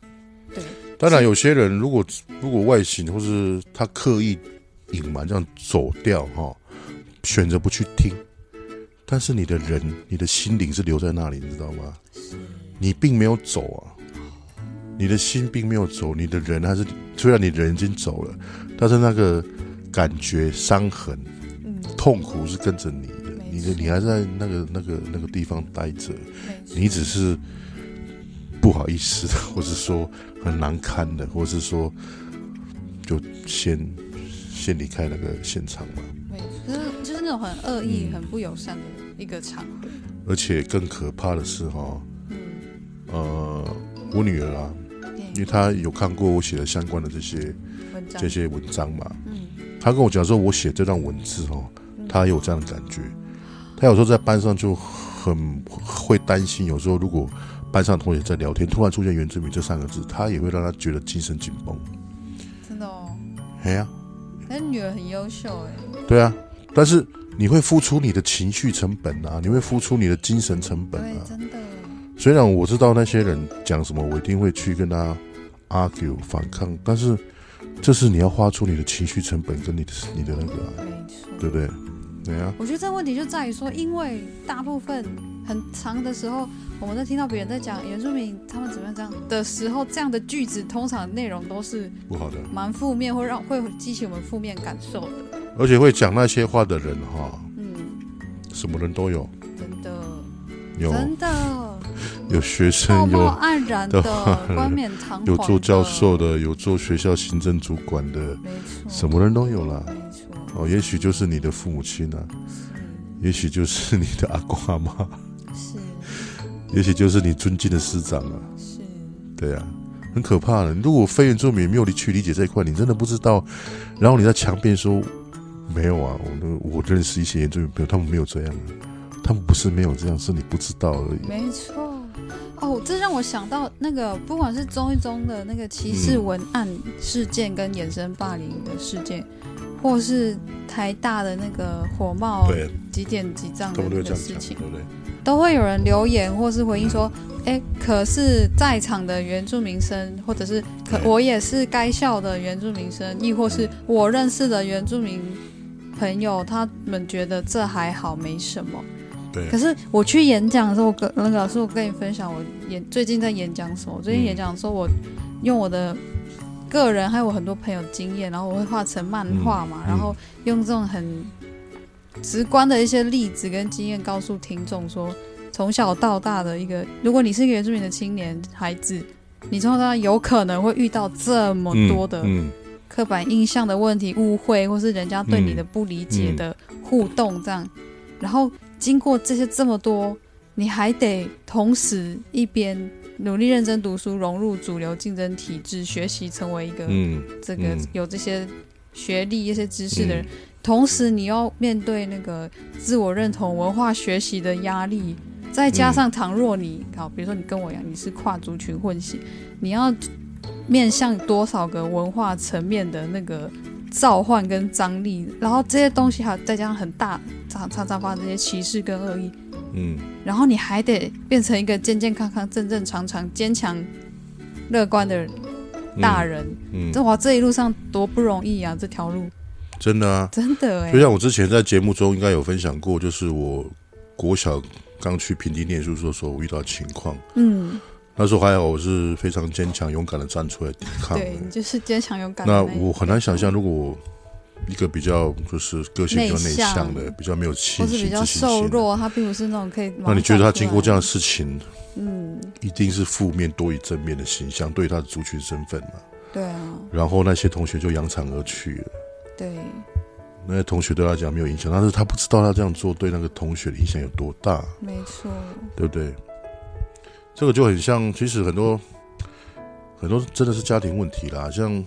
Speaker 2: 对，
Speaker 1: 当然，有些人如果如果外形或是他刻意隐瞒这样走掉哈、选择不去听，但是你的人、你的心灵是留在那里，你知道吗？你并没有走啊，你的心并没有走，你的人还是虽然你人已经走了，但是那个感觉、伤痕、
Speaker 2: 嗯，
Speaker 1: 痛苦是跟着你的
Speaker 2: 没，
Speaker 1: 你的
Speaker 2: 错
Speaker 1: 你还在那个那个那个地方待着。
Speaker 2: 没错
Speaker 1: 你只是不好意思的，或是说很难堪的，或是说就先先离开那个现场嘛。
Speaker 2: 没错，就是就是那种很恶意、
Speaker 1: 嗯
Speaker 2: 很不友善的一个场合。
Speaker 1: 而且更可怕的是哈、
Speaker 2: 嗯，
Speaker 1: 呃，我女儿啊，因为
Speaker 2: 对
Speaker 1: 她有看过我写的相关的这些
Speaker 2: 文章
Speaker 1: 这，些文章嘛，
Speaker 2: 嗯。
Speaker 1: 她跟我讲说，我写这段文字哦，她有这样的感觉。她有时候在班上就很会担心，有时候如果班上同学在聊天，突然出现“原住民”这三个字，她也会让她觉得精神紧绷。
Speaker 2: 真的哦，
Speaker 1: 哎呀、
Speaker 2: 但女儿很优秀哎，
Speaker 1: 对啊，但是你会付出你的情绪成本啊，你会付出你的精神成本
Speaker 2: 对，
Speaker 1: 啊。
Speaker 2: 真的，
Speaker 1: 虽然我知道那些人讲什么，我一定会去跟他 argue 反抗，但是这是你要花出你的情绪成本跟你的你的那个、啊，
Speaker 2: 没错。
Speaker 1: 对不对？对啊，
Speaker 2: 我觉得这问题就在于说，因为大部分很长的时候，我们在听到别人在讲原住民他们怎么样这样的时候，这样的句子通常内容都是
Speaker 1: 不好的，
Speaker 2: 蛮负面，或让会激起我们负面感受的。
Speaker 1: 而且会讲那些话的人哈、
Speaker 2: 嗯，
Speaker 1: 什么人都有，
Speaker 2: 真的，
Speaker 1: 有
Speaker 2: 真的，
Speaker 1: 有学
Speaker 2: 道
Speaker 1: 生，
Speaker 2: 貌
Speaker 1: 有
Speaker 2: 岸然的
Speaker 1: 有的，
Speaker 2: 冠冕堂皇的
Speaker 1: 有做教，授
Speaker 2: 嗯
Speaker 1: 的，有做学校行政主管的，
Speaker 2: 没错，
Speaker 1: 什么人都有啦。
Speaker 2: 没错，
Speaker 1: 哦，也许就是你的父母亲啊，
Speaker 2: 嗯
Speaker 1: 也许就是你的阿公阿妈，
Speaker 2: 是
Speaker 1: 也许就是你尊敬的师长啊，
Speaker 2: 是，
Speaker 1: 对啊，很可怕的。如果非原住民没有去理解这一块，你真的不知道，然后你在强辩说没有啊，我我认识一些原住民朋友，他们没有这样啊，他们不是没有这样，是你不知道而已。
Speaker 2: 没错。哦，这让我想到那个，不管是中一中的那个歧视
Speaker 1: 嗯
Speaker 2: 文案事件跟衍生霸凌的事件，或是台大的那个火冒
Speaker 1: 对，
Speaker 2: 几点几仗
Speaker 1: 他们
Speaker 2: 的
Speaker 1: 都
Speaker 2: 那
Speaker 1: 会这
Speaker 2: 个
Speaker 1: 样
Speaker 2: 事
Speaker 1: 讲，
Speaker 2: 情，
Speaker 1: 对不对？
Speaker 2: 都会有人留言或是回应说：“哎，可是在场的原住民生，或者是可
Speaker 1: 对
Speaker 2: 我也是该校的原住民生，亦或是我认识的原住民朋友他们觉得这还好，没什么。
Speaker 1: 对
Speaker 2: 可是我去演讲的时候，我跟那个老师，我跟你分享，我演最近在演讲什么？我最近
Speaker 1: 嗯
Speaker 2: 演讲的时候，我用我的个人还有我很多朋友经验，然后我会画成漫画嘛，
Speaker 1: 嗯
Speaker 2: 然后用这种很直观的一些例子跟经验，告诉听众说，从小到大的一个，如果你是一个原住民的青年孩子，你从小到大有可能会遇到这么哦多的
Speaker 1: 嗯
Speaker 2: 刻板印象的问题、误会，或是人家对你的不理解
Speaker 1: 嗯
Speaker 2: 的互动这样。然后经过这些这么多，你还得同时一边努力认真读书，融入主流竞争体制，学习成为一个
Speaker 1: 嗯
Speaker 2: 这个
Speaker 1: 嗯
Speaker 2: 有这些学历、一些知识的人
Speaker 1: 嗯。
Speaker 2: 同时，你要面对那个自我认同、文化学习的压力，再加上倘若你好，比如说你跟我一样，你是跨族群混血，你要面向多少个文化层面的那个召唤跟张力，然后这些东西还有再加上很大常常常发生这些歧视跟恶意，
Speaker 1: 嗯
Speaker 2: 然后你还得变成一个健健康康、正正常常、坚强、乐观的
Speaker 1: 嗯
Speaker 2: 大人。
Speaker 1: 嗯，
Speaker 2: 这哇，这一路上多不容易啊！这条路
Speaker 1: 真的啊，
Speaker 2: 真的哎
Speaker 1: 就，像我之前在节目中应该有分享过，就是我国小刚去平地念书的时候所遇到的情况，
Speaker 2: 嗯，
Speaker 1: 那时候还好，我是非常坚强勇敢的站出来抵抗的。
Speaker 2: 对你就是坚强勇敢的
Speaker 1: 那
Speaker 2: 一
Speaker 1: 我很难想
Speaker 2: 嗯
Speaker 1: 象，如果我一个比较就是个性比较内向的，
Speaker 2: 内向
Speaker 1: 比较没有气
Speaker 2: 或
Speaker 1: 息、
Speaker 2: 是比较
Speaker 1: 自信
Speaker 2: 瘦
Speaker 1: 心的，
Speaker 2: 弱，他并不是那种可以。
Speaker 1: 那你觉得他经过这样的？事情，
Speaker 2: 嗯，
Speaker 1: 一定是负面多于正面的形象，对他的族群身份嘛？
Speaker 2: 对啊，
Speaker 1: 然后那些同学就扬长而去了。
Speaker 2: 对，
Speaker 1: 那些同学对他讲没有影响，但是他不知道他这样做对那个同学的影响有多大，
Speaker 2: 没错，
Speaker 1: 对不对？这个就很像，其实很多很多真的是家庭问题啦，像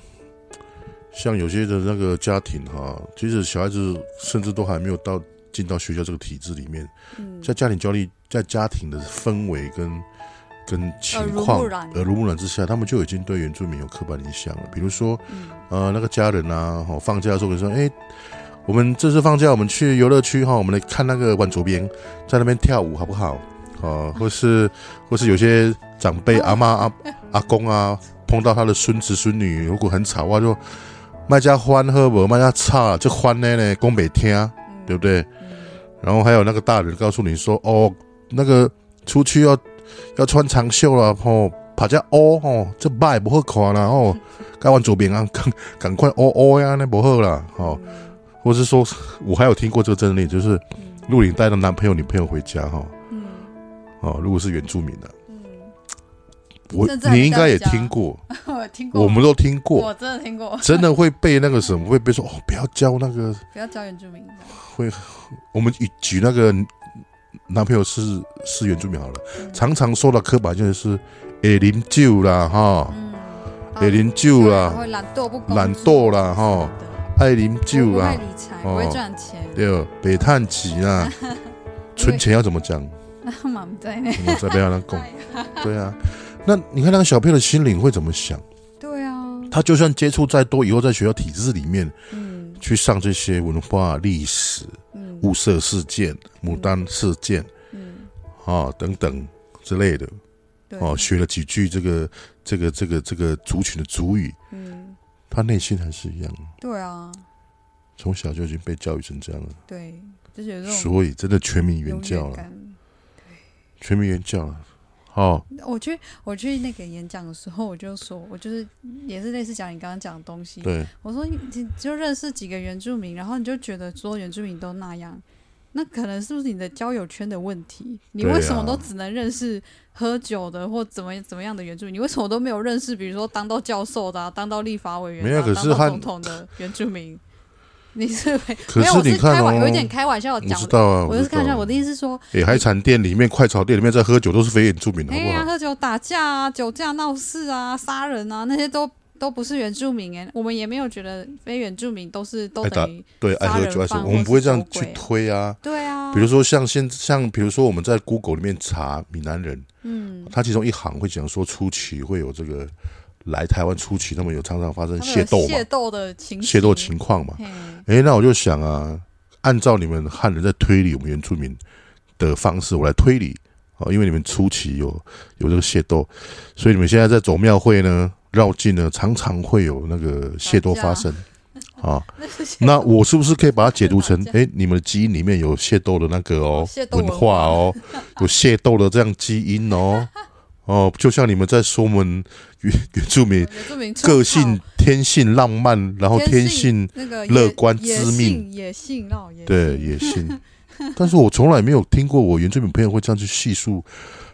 Speaker 1: 像有些的那个家庭哈、其实小孩子甚至都还没有到进到学校这个体制里面，
Speaker 2: 嗯，
Speaker 1: 在家庭教育，在家庭的氛围跟跟情
Speaker 2: 耳
Speaker 1: 况
Speaker 2: 濡目呃染
Speaker 1: 耳濡目染之下，他们就已经对原住民有刻板印象了。比如说，
Speaker 2: 嗯
Speaker 1: 呃，那个家人啊，哦，放假的时候可能说，哎、我们这次放假，我们去游乐区哈，我们来看那个玩左边，在那边跳舞好不好？哦、或是或是有些长辈阿妈阿阿公啊，碰到他的孙子孙女，如果很吵啊，就卖家欢喝不，卖家差就欢呢呢，讲北听，
Speaker 2: 嗯
Speaker 1: 对不对？然后还有那个大人告诉你说，哦，那个出去要要穿长袖了，吼、哦，爬架哦，吼、哦，这摆不好看啦，哦，
Speaker 2: 嗯
Speaker 1: 该往左边啊，赶赶快哦哦呀，那不好啦，哦，
Speaker 2: 嗯
Speaker 1: 或是说，我还有听过这个真理，就是如果你带着男朋友、女朋友回家，哈、哦，
Speaker 2: 嗯
Speaker 1: 如果是原住民的，
Speaker 2: 嗯，
Speaker 1: 我
Speaker 2: 甚至还
Speaker 1: 你应该也
Speaker 2: 带回家
Speaker 1: 听过，
Speaker 2: 我听过，
Speaker 1: 我们都听过
Speaker 2: 我，真的听过，
Speaker 1: 真的会被那个什么，会被说哦，不要教那个
Speaker 2: 不要教原住民，
Speaker 1: 我们举举那个男朋友是是原住民好了，
Speaker 2: 嗯
Speaker 1: 常常受到刻板就是会啉酒啦哈，
Speaker 2: 嗯，
Speaker 1: 会啉酒
Speaker 2: 对啊
Speaker 1: 啦，
Speaker 2: 会懒惰不工作
Speaker 1: 懒惰啦吼
Speaker 2: 什么的
Speaker 1: 爱啉酒
Speaker 2: 不会
Speaker 1: 啦，
Speaker 2: 理财，
Speaker 1: 哦
Speaker 2: 不会赚钱，
Speaker 1: 对，北探钱啦，存钱要怎么讲？
Speaker 2: 他妈不在那，
Speaker 1: 我再不要他讲，对啊。那你看那个小朋友的心灵会怎么想？
Speaker 2: 对啊，
Speaker 1: 他就算接触再多，以后在学校体制里面
Speaker 2: 嗯
Speaker 1: 去上这些文化历史、
Speaker 2: 嗯
Speaker 1: 雾社事件、牡丹事件
Speaker 2: 嗯，
Speaker 1: 啊、等等之类的，
Speaker 2: 对，
Speaker 1: 哦，学了几句这个这个这个这个族群的族语，
Speaker 2: 嗯，
Speaker 1: 他内心还是一样，
Speaker 2: 对啊，
Speaker 1: 从小就已经被教育成这样了。
Speaker 2: 对，就是有这种
Speaker 1: 所以真的全民
Speaker 2: 优
Speaker 1: 原
Speaker 2: 越
Speaker 1: 教了，
Speaker 2: 感。
Speaker 1: 全民原教了。哦，
Speaker 2: 我去我去那个演讲的时候，我就说，我就是也是类似讲你刚刚讲的东西。
Speaker 1: 对，
Speaker 2: 我说你你就认识几个原住民，然后你就觉得说原住民都那样，那可能是不是你的交友圈的问题？你
Speaker 1: 对
Speaker 2: 为什么
Speaker 1: 啊
Speaker 2: 都只能认识喝酒的或怎么怎么样的原住民？你为什么都没有认识，比如说当到教授的、啊、当到立法委员、啊、
Speaker 1: 没有可是
Speaker 2: 当到
Speaker 1: 他
Speaker 2: 总统的原住民？ 你是没
Speaker 1: 可
Speaker 2: 没有？我
Speaker 1: 你看
Speaker 2: 开
Speaker 1: 哦
Speaker 2: 玩，有一点开玩笑
Speaker 1: 我
Speaker 2: 地讲
Speaker 1: 知
Speaker 2: 的，
Speaker 1: 道啊，
Speaker 2: 我就是
Speaker 1: 知道
Speaker 2: 开玩笑。
Speaker 1: 啊
Speaker 2: 我的意思是说，
Speaker 1: 哎，海产店里面、快炒店里面在喝酒都是非原住民，好
Speaker 2: 哎
Speaker 1: 不
Speaker 2: 呀，
Speaker 1: 好？
Speaker 2: 喝酒、打架啊、酒驾、闹事啊、杀人啊，那些都都不是原住民哎，我们也没有觉得非原住民都是都
Speaker 1: 爱哎打
Speaker 2: 等于
Speaker 1: 对，爱
Speaker 2: 啊杀
Speaker 1: 喝
Speaker 2: 人
Speaker 1: 酒爱什么，
Speaker 2: 犯
Speaker 1: 我们
Speaker 2: 或
Speaker 1: 不会
Speaker 2: 是
Speaker 1: 这样
Speaker 2: 酒
Speaker 1: 去
Speaker 2: 鬼啊
Speaker 1: 推啊。
Speaker 2: 对啊，
Speaker 1: 比如说像现像比如说我们在 Google 里面查闽南人，
Speaker 2: 嗯，
Speaker 1: 他其中一行会讲说初期会有这个来台湾初期，他们有常常发生
Speaker 2: 他们
Speaker 1: 械
Speaker 2: 有
Speaker 1: 斗嘛
Speaker 2: 械，斗的情
Speaker 1: 械斗
Speaker 2: 形
Speaker 1: 情况嘛。
Speaker 2: 嘿，
Speaker 1: 诶，那我就想啊，按照你们汉人在推理我们原住民的方式，我来推理哦，因为你们初期有有这个械斗，所以你们现在在走庙会呢、绕境呢，常常会有那个械斗发生。啊。 那我是不是可以把它解读成，哎，你们的基因里面有械斗的那个哦
Speaker 2: 械，斗
Speaker 1: 文
Speaker 2: 文
Speaker 1: 化哦，有械斗的这样基因哦，哦，就像你们在说我们原原住民
Speaker 2: 原住民
Speaker 1: 个性、天性浪漫，然后天
Speaker 2: 天
Speaker 1: 性
Speaker 2: 性那个
Speaker 1: 乐
Speaker 2: 野
Speaker 1: 观
Speaker 2: 野
Speaker 1: 知命
Speaker 2: 性野性哦，野
Speaker 1: 对
Speaker 2: 性
Speaker 1: 野性。 但是我从来没有听过我原住民朋友会这样去叙述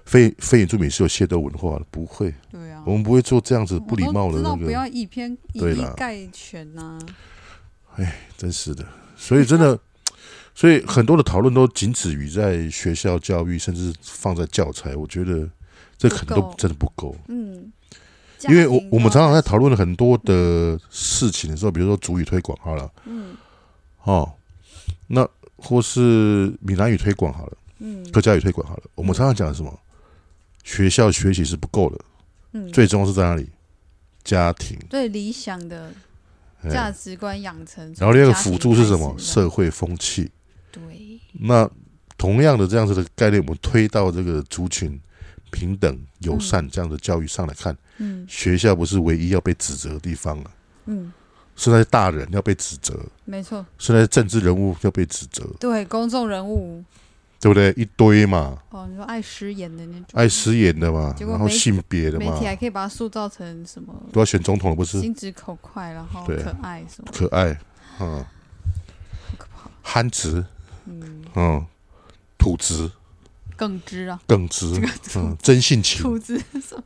Speaker 1: 非非原住民是有械斗文化的，不会，
Speaker 2: 对啊
Speaker 1: 我，们不会做这样子
Speaker 2: 嗯我
Speaker 1: 不礼
Speaker 2: 都
Speaker 1: 貌的
Speaker 2: 知
Speaker 1: 那
Speaker 2: 道不
Speaker 1: 个，
Speaker 2: 要以偏以
Speaker 1: 对
Speaker 2: 一
Speaker 1: 啦
Speaker 2: 概全呐、
Speaker 1: 真是的。所以真的，所以很多的讨论都仅止于在学校教育，甚至放在教材，我觉得这可能
Speaker 2: 不
Speaker 1: 都
Speaker 2: 够
Speaker 1: 真的不够。
Speaker 2: 嗯，
Speaker 1: 因为我
Speaker 2: 家庭
Speaker 1: 我们
Speaker 2: 教
Speaker 1: 常常在
Speaker 2: 育
Speaker 1: 讨论很多的事情的时候，比如说主语推广好了，
Speaker 2: 嗯
Speaker 1: 哦，那或是闽南语推广好了。
Speaker 2: 嗯
Speaker 1: 客家语推广好了，我们常常讲什么？学校学习是不够的，
Speaker 2: 嗯
Speaker 1: 最终是在哪里？家庭。
Speaker 2: 最理想的
Speaker 1: 哎
Speaker 2: 价值观养成，
Speaker 1: 然后第二个
Speaker 2: 从家庭
Speaker 1: 辅助是什么？
Speaker 2: 开始的
Speaker 1: 社会风气。
Speaker 2: 对，
Speaker 1: 那同样的这样子的概念，我们推到这个族群平等、友善这样的教育上来看，
Speaker 2: 嗯
Speaker 1: 学校不是唯一要被指责的地方了，
Speaker 2: 嗯，
Speaker 1: 是那些大人要被指责，
Speaker 2: 没错，
Speaker 1: 是那些政治人物要被指责，
Speaker 2: 对，公众人物
Speaker 1: 对不对？一堆嘛，
Speaker 2: 哦，你说爱食言的那种，
Speaker 1: 爱食言的嘛，
Speaker 2: 结果
Speaker 1: 然后
Speaker 2: 媒体
Speaker 1: 性别的
Speaker 2: 媒
Speaker 1: 嘛
Speaker 2: 体，还可以把它塑造成什么
Speaker 1: 都要选总统了，不是？
Speaker 2: 心直口快，然后
Speaker 1: 对
Speaker 2: 可爱什么，
Speaker 1: 可爱，嗯，
Speaker 2: 好可怕，
Speaker 1: 憨直，
Speaker 2: 嗯，
Speaker 1: 嗯，土直、
Speaker 2: 耿直啊，
Speaker 1: 耿直，嗯，真性情，
Speaker 2: 兔子什么，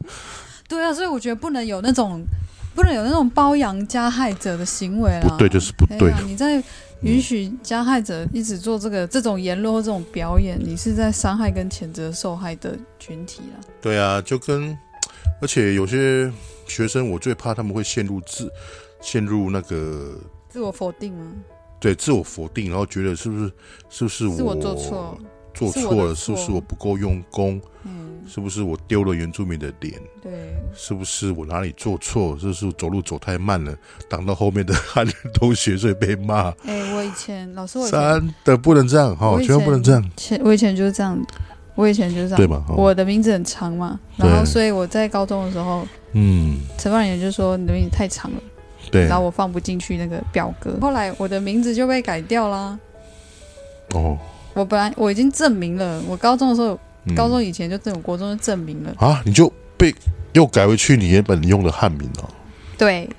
Speaker 2: 对啊，所以我觉得不能有那种。不能有那种包养加害者的行为啦，
Speaker 1: 不对就是不
Speaker 2: 对
Speaker 1: 对
Speaker 2: 啊，，你在允许加害者一直做这个这种言论或这种表演，你是在伤害跟谴责受害的群体啊。
Speaker 1: 对啊，就跟，而且有些学生，我最怕他们会陷入自，陷入那个
Speaker 2: 自我否定吗？
Speaker 1: 对自我否定，然后觉得是不是是不是我
Speaker 2: 是我做错，
Speaker 1: 做
Speaker 2: 是我
Speaker 1: 错
Speaker 2: 的
Speaker 1: 了，是不
Speaker 2: 错
Speaker 1: 是我不够用功，
Speaker 2: 嗯，
Speaker 1: 是不是我丢了原住民的脸，
Speaker 2: 对，
Speaker 1: 是不是我哪里做错，是不是我走路走太慢了，挡到后面的 汉人同学所以被骂，
Speaker 2: 哎、我以前老师，我以前
Speaker 1: 真的不能这样哈，
Speaker 2: 我以
Speaker 1: 千万不能这样，
Speaker 2: 前我以前就是这样，我以前就是这
Speaker 1: 对
Speaker 2: 样。
Speaker 1: 吧？哈
Speaker 2: 我的名字很长嘛，然后
Speaker 1: 对
Speaker 2: 所以我在高中的时候，
Speaker 1: 嗯，
Speaker 2: 承办人员就说你的名字太长了，
Speaker 1: 对
Speaker 2: 然，后我放不进去那个表格。后来我的名字就被改掉啦。
Speaker 1: 哦。
Speaker 2: 我本来我已经证明了，我高中的时候，
Speaker 1: 嗯
Speaker 2: 高中以前就证，我国中就证明了。
Speaker 1: 啊，你就被又改回去你原本用的汉名哦。
Speaker 2: 对，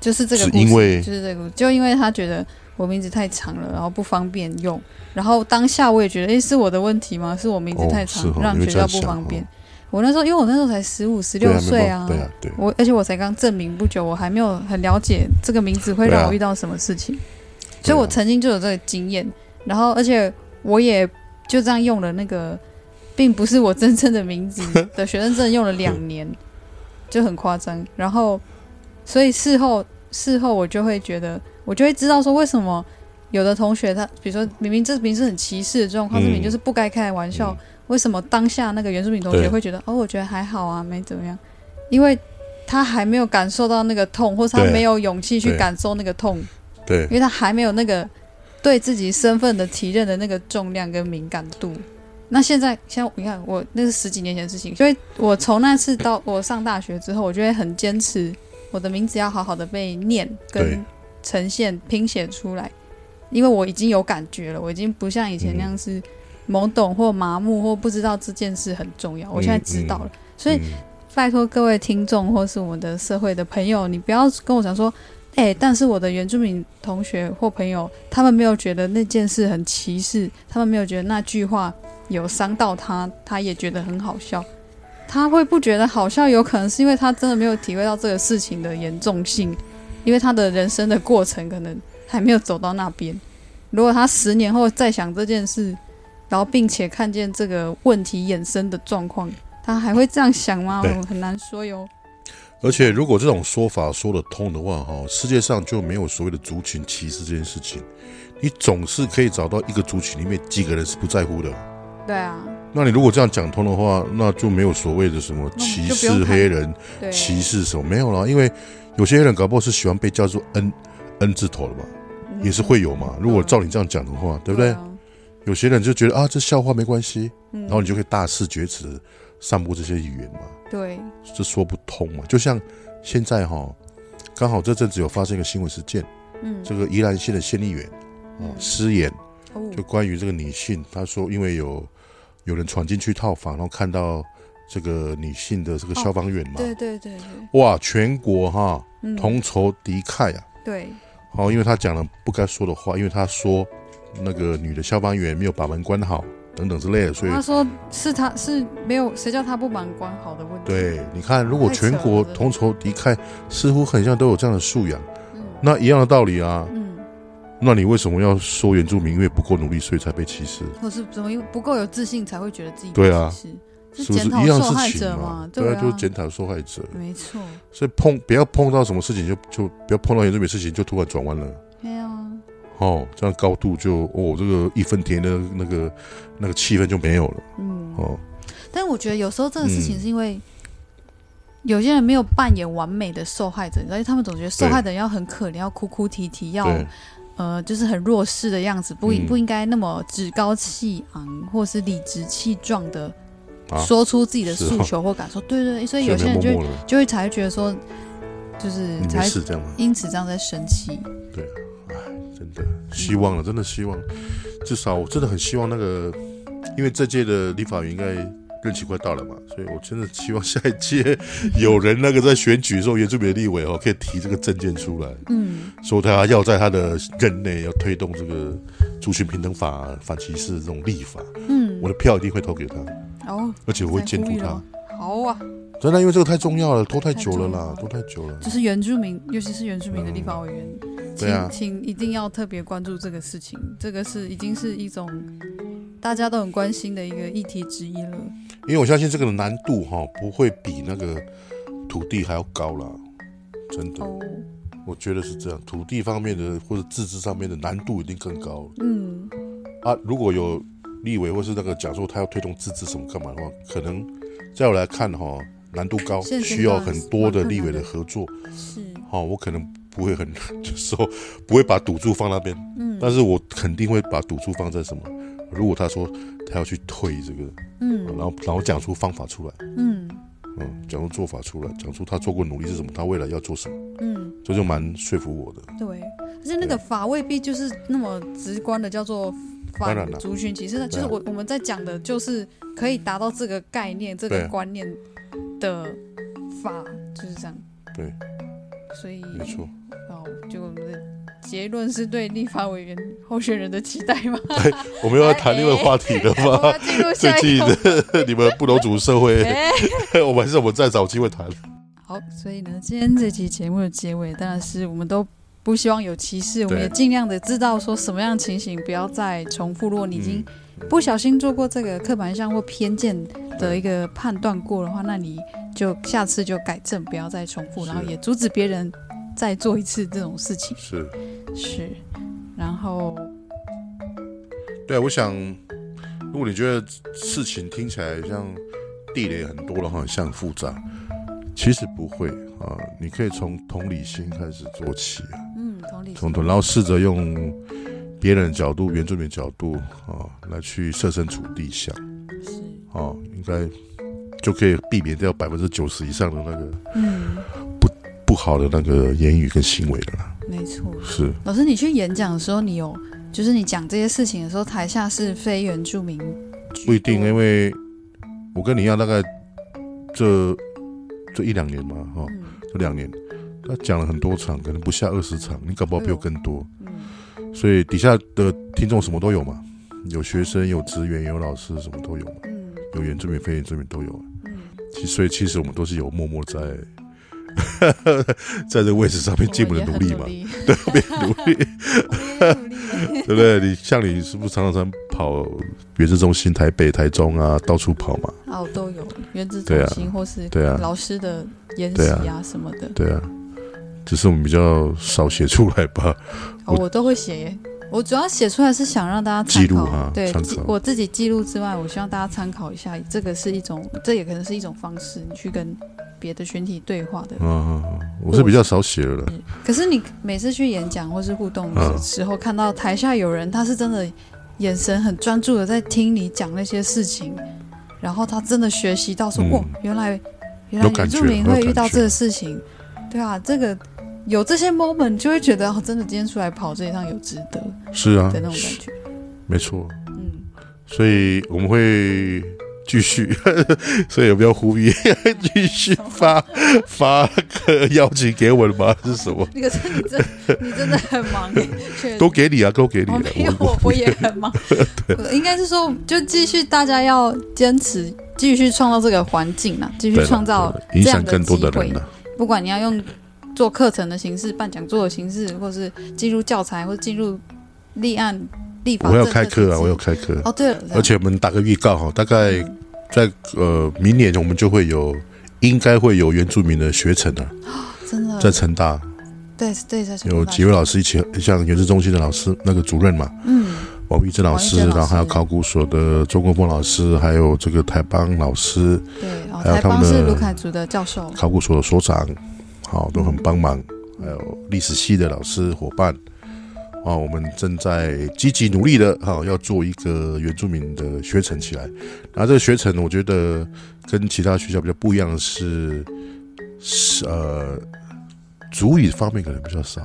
Speaker 2: 就是这个
Speaker 1: 只
Speaker 2: 故事，
Speaker 1: 因为
Speaker 2: 就是这个故事，就因为他觉得我名字太长了，然后不方便用，然后当下我也觉得，诶，是我的问题吗？是我名字
Speaker 1: 哦
Speaker 2: 太
Speaker 1: 是
Speaker 2: 长，
Speaker 1: 哦
Speaker 2: 让
Speaker 1: 你会这
Speaker 2: 学校
Speaker 1: 样
Speaker 2: 不
Speaker 1: 想
Speaker 2: 方便
Speaker 1: 哦。
Speaker 2: 我那时候，因为我那时候才十五、十
Speaker 1: 对
Speaker 2: 六
Speaker 1: 啊，
Speaker 2: 岁
Speaker 1: 没办法对啊，对，
Speaker 2: 我而且我才刚证明不久，我还没有很了解这个名字会
Speaker 1: 对
Speaker 2: 让
Speaker 1: 啊
Speaker 2: 我遇到什么事情，
Speaker 1: 对
Speaker 2: 所以
Speaker 1: 啊
Speaker 2: 我曾经就有这个经验，然后而且我也就这样用了那个，并不是我真正的名 字的学生证用了两年，就很夸张。然后，所以事后事后我就会觉得，我就会知道说为什么有的同学他，比如说明明这明是很歧视的状况，
Speaker 1: 嗯
Speaker 2: 这明明就是不该开的玩笑，
Speaker 1: 嗯
Speaker 2: 为什么当下那个原住民同学
Speaker 1: 对
Speaker 2: 会觉得哦，我觉得还好啊，没怎么样，因为他还没有感受到那个痛，或是他
Speaker 1: 对
Speaker 2: 没有勇气去
Speaker 1: 对
Speaker 2: 感受那个痛，
Speaker 1: 对
Speaker 2: 因为他还没有那个对自己身份的体认的那个重量跟敏感度。那现在，像你看，我那是十几年前的事情，所以我从那次到我上大学之后，我就会很坚持我的名字要好好的被念
Speaker 1: 对
Speaker 2: 跟呈现拼写出来，因为我已经有感觉了，我已经不像以
Speaker 1: 嗯
Speaker 2: 前那样是懵懂或麻木或不知道这件事很重要，我现在知道了，所以
Speaker 1: 嗯
Speaker 2: 拜托各位听众或是我们的社会的朋友，你不要跟我讲说，哎、但是我的原住民同学或朋友，他们没有觉得那件事很歧视，他们没有觉得那句话有伤到他，他也觉得很好笑。他会不觉得好笑，有可能是因为他真的没有体会到这个事情的严重性，因为他的人生的过程可能还没有走到那边。如果他十年后再想这件事，然后并且看见这个问题衍生的状况，他还会这样想吗？
Speaker 1: 对
Speaker 2: 我很难说哟。
Speaker 1: 而且如果这种说法说得通的话，哈，世界上就没有所谓的族群歧视这件事情。你总是可以找到一个族群里面几个人是不在乎的。
Speaker 2: 对啊，
Speaker 1: 那你如果这样讲通的话，那就没有所谓的什么
Speaker 2: 那我
Speaker 1: 歧
Speaker 2: 们就不
Speaker 1: 视
Speaker 2: 用谈
Speaker 1: 黑人、
Speaker 2: 对，
Speaker 1: 歧视什么没有啦，因为有些人搞不好是喜欢被叫做 N N 字头的嘛，
Speaker 2: 嗯
Speaker 1: 也是会有嘛。如果照你这样讲的话，对不对？
Speaker 2: 啊
Speaker 1: 有些人就觉得啊，这笑话没关系，
Speaker 2: 嗯
Speaker 1: 然后你就可以大肆厥词地散布这些语言嘛，
Speaker 2: 对，
Speaker 1: 啊这说不通嘛。就像现在哈、刚好这阵子有发生一个新闻事件，
Speaker 2: 嗯，
Speaker 1: 这个宜兰县的县议员哦失言，
Speaker 2: 哦
Speaker 1: 就关于这个女性，他说因为有有人闯进去套房，然后看到这个女性的这个消防员嘛，
Speaker 2: 哦对对对对，
Speaker 1: 哇，全国哈
Speaker 2: 嗯，
Speaker 1: 同仇敌忾啊！
Speaker 2: 对，
Speaker 1: 哦，因为他讲了不该说的话，因为他说那个女的消防员没有把门关好等等之类的，所以
Speaker 2: 他说是他是没有谁叫他不把门关好的问题，，
Speaker 1: 对，你看，如果
Speaker 2: 太扯
Speaker 1: 全国
Speaker 2: 了
Speaker 1: 同仇敌忾，似乎很像都有这样的素养，
Speaker 2: 嗯
Speaker 1: 那一样的道理啊。
Speaker 2: 嗯，
Speaker 1: 那你为什么要说原住民因为不够努力，所以才被歧视？
Speaker 6: 或是怎么又不够有自信才会觉得自己
Speaker 1: 对啊
Speaker 6: 是
Speaker 1: 是不是
Speaker 6: 检讨
Speaker 1: 一样
Speaker 6: 受害
Speaker 1: 事
Speaker 6: 者
Speaker 1: 情嘛？
Speaker 6: 对
Speaker 1: 啊，就是检讨受害者。
Speaker 6: 没错，
Speaker 1: 所以碰不要碰到什么事情就就不要碰到原住民事情就突然转弯了。
Speaker 6: 没有啊，
Speaker 1: 哦，这样高度就哦，这个义愤填膺的那个那个气氛就没有了
Speaker 6: 嗯。
Speaker 1: 哦。
Speaker 6: 但我觉得有时候这个事情
Speaker 1: 嗯
Speaker 6: 是因为有些人没有扮演完美的受害者，而且他们总觉得受害的人要很可怜，要哭哭啼啼，要
Speaker 1: 对，
Speaker 6: 呃就是很弱势的样子，不应
Speaker 1: 嗯
Speaker 6: 不应该那么趾高气昂或是理直气壮的
Speaker 1: 啊
Speaker 6: 说出自己的
Speaker 1: 是
Speaker 6: 诉
Speaker 1: 哦
Speaker 6: 求或感受。对对，所以
Speaker 1: 所以
Speaker 6: 有些人
Speaker 1: 默
Speaker 6: 就
Speaker 1: 默
Speaker 6: 会
Speaker 1: 了，
Speaker 6: 就会才会觉得说，就是
Speaker 1: 你没
Speaker 6: 才
Speaker 1: 事这样吗？
Speaker 6: 因此这样在生气。
Speaker 1: 真的希望了，真的希望，至少我真的很希望那个，因为这届的立法员应该任期快到了嘛，所以我真的希望下一届有人那个在选举的时候，原住民的立委哦，可以提这个证件出来，
Speaker 6: 嗯，
Speaker 1: 说他要在他的任内要推动这个族群平等法、反歧视这种立法，
Speaker 2: 嗯，
Speaker 1: 我的票一定会投给他，
Speaker 2: 哦，
Speaker 1: 而且我会监督
Speaker 2: 在呼
Speaker 1: 他
Speaker 2: 吁。好啊，
Speaker 1: 真的，因为这个太重要了，拖太久了啦，
Speaker 2: 太
Speaker 1: 拖太久了。
Speaker 2: 就是原住民，尤其是原住民的立法委员，
Speaker 1: 对啊
Speaker 2: 请请一定要特别关注这个事情，这个是已经是一种大家都很关心的一个议题之一了。
Speaker 1: 因为我相信这个的难度哈、不会比那个土地还要高啦，真的，
Speaker 2: 哦，
Speaker 1: 我觉得是这样。土地方面的或者自治上面的难度一定更高
Speaker 2: 嗯，
Speaker 1: 啊。如果有立委或是那个讲说他要推动自治什么干嘛的话，可能在我来看哈、难度高，
Speaker 2: 现阶段
Speaker 1: 需要很多的立委的合作。
Speaker 2: 是，
Speaker 1: 哦，我可能不会很， 就是说不会把赌注放那边，
Speaker 2: 嗯
Speaker 1: 但是我肯定会把赌注放在什么？如果他说他要去推这个，然
Speaker 2: 嗯
Speaker 1: 后然后讲出方法出来。
Speaker 2: 嗯
Speaker 1: 嗯，讲出做法出来，讲出他做过努力是什么，他未来要做什么，
Speaker 2: 嗯，
Speaker 1: 这就蛮说服我的。
Speaker 2: 对，而且那个法未必就是那么直观的叫做。
Speaker 1: 当
Speaker 2: 反
Speaker 1: 然了
Speaker 2: 族群歧视，那就是
Speaker 1: 对啊
Speaker 2: 我我们在讲的，就是可以达到这个概念、这
Speaker 1: 对
Speaker 2: 个
Speaker 1: 啊
Speaker 2: 观念的法，就是这样。
Speaker 1: 对，
Speaker 2: 所以
Speaker 1: 没错，
Speaker 2: 哦，就我们的结论是对立法委员候选人的期待 吗？
Speaker 1: 我们又要谈另外一个话题了
Speaker 2: 我
Speaker 1: 吗
Speaker 2: 们要？进入
Speaker 1: 最
Speaker 2: 下一
Speaker 1: 近
Speaker 2: 个。
Speaker 1: 的 你们布农族社会，
Speaker 2: 哎
Speaker 1: 我们还是我们再找机会谈。
Speaker 2: 好，所以呢，今天这期节目的结尾当然是我们都不希望有歧视，我们也尽量的知道说什么样的情形不要再重复。如果你已
Speaker 1: 嗯
Speaker 2: 经不小心做过这个刻板印象或偏见的一个判断过的话，那你就下次就改正，不要再重复，
Speaker 1: 是
Speaker 2: 然后也阻止别人再做一次这种事情。
Speaker 1: 是，
Speaker 2: 是，然后
Speaker 1: 对，啊我想，如果你觉得事情听起来像地雷很多了哈，像很复杂，其实不会啊，你可以从同理心开始做起啊。
Speaker 2: 嗯，同理心
Speaker 1: 冲突，然后试着用别人的角度、原住民的角度啊、哦来去设身处地想，
Speaker 2: 是，
Speaker 1: 哦，应该就可以避免掉百分之九十以上的那个
Speaker 2: 嗯，
Speaker 1: 不好的那个言语跟行为了啦。
Speaker 2: 没错。
Speaker 1: 是，
Speaker 2: 老师，你去演讲的时候，你有就是你讲这些事情的时候，台下是非原住民居多
Speaker 1: 不一定，因为我跟你一样，大概这这一两年嘛，哈、哦，
Speaker 2: 嗯
Speaker 1: 这两年。他讲了很多场，可能不下二十场，你搞不好比我更多，
Speaker 2: 嗯
Speaker 1: 所以底下的听众什么都有嘛，有学生，有职员，有老师，什么都有嘛，
Speaker 2: 嗯
Speaker 1: 有原住民、非原住民都有。
Speaker 2: 嗯，
Speaker 1: 其所以其实我们都是有默默在 在这个位置上面尽我们的努力嘛，对，努力，对不对？你像你是不是常常跑原子中心、台北、台中啊，到处跑嘛？
Speaker 2: 哦，都有原子
Speaker 1: 对
Speaker 2: 中
Speaker 1: 啊
Speaker 2: 心或是
Speaker 1: 对啊，
Speaker 2: 老师的研
Speaker 1: 对
Speaker 2: 习
Speaker 1: 啊
Speaker 2: 啊什么的，
Speaker 1: 对啊，只是我们比较少写出来吧。
Speaker 2: 哦，我都会写耶。我主要写出来是想让大家参
Speaker 1: 记录
Speaker 2: 考
Speaker 1: 哈
Speaker 2: 对，
Speaker 1: 参
Speaker 2: 记
Speaker 1: 考
Speaker 2: 我自己记录之外，我希望大家参考一下，这个是一种，这也可能是一种方式，你去跟别的群体对话的
Speaker 1: 嗯嗯，嗯我是比较少写了啦，
Speaker 2: 可是你每次去演讲或是互动
Speaker 1: 嗯
Speaker 2: 的时候，看到台下有人，他是真的眼神很专注的在听你讲那些事情，然后他真的学习到说，
Speaker 1: 嗯
Speaker 2: 哇，原来原来
Speaker 1: 有感
Speaker 2: 原
Speaker 1: 觉
Speaker 2: 住民会遇
Speaker 1: 有
Speaker 2: 到
Speaker 1: 感觉
Speaker 2: 这个事情，对啊，这个有这些 moment 就会觉得，哦，真的今天出来跑这一趟有值得
Speaker 1: 是啊
Speaker 2: 的，那种感觉。
Speaker 1: 没错。
Speaker 2: 嗯，
Speaker 1: 所以我们会继 续，所以有没有呼吁 继续发发个邀请给我的吗？是什么？
Speaker 2: 那个 是你真你真的很 忙耶，确
Speaker 1: 都
Speaker 2: 实。
Speaker 1: 给你啊，都给你
Speaker 2: 哦
Speaker 1: 了。
Speaker 2: 没有，我我也很 忙。我应该是说，就继续大家要坚持，继续创造这个环境啊，继续
Speaker 1: 对了
Speaker 2: 创造
Speaker 1: 影
Speaker 2: 这样
Speaker 1: 响更多的
Speaker 2: 机会
Speaker 1: 人了。
Speaker 2: 不管你要用做课程的形式、办讲座的形式，或是进入教材，或进入立案立法
Speaker 1: 我
Speaker 2: 政
Speaker 1: 要
Speaker 2: 策的形式。
Speaker 1: 开课啊，我要开课。
Speaker 2: 哦，对了，
Speaker 1: 而且我们打个预告哈，大概在呃明年我们就会有，应该会有原住民的学程啊，
Speaker 2: 真的
Speaker 1: 在成大
Speaker 2: 对对在成
Speaker 1: 有
Speaker 2: 大
Speaker 1: 几位老师一起，像原子中心的老师那个主任嘛，
Speaker 2: 嗯，
Speaker 1: 王玉珍老师，
Speaker 2: 王玉
Speaker 1: 然
Speaker 2: 珍老师
Speaker 1: 后还有考古所的周国峰老师，还有这个台邦老师，
Speaker 2: 对，哦，
Speaker 1: 还有
Speaker 2: 台
Speaker 1: 他们
Speaker 2: 邦
Speaker 1: 的
Speaker 2: 是卢凯族的教授，
Speaker 1: 考古所的所长，好、都很帮忙，还有历史系的老师伙伴，啊，我们正在积极努力的，哈、要做一个原住民的学程起来。然后这个学程，我觉得跟其他学校比较不一样的是，是呃，主语方面可能比较少，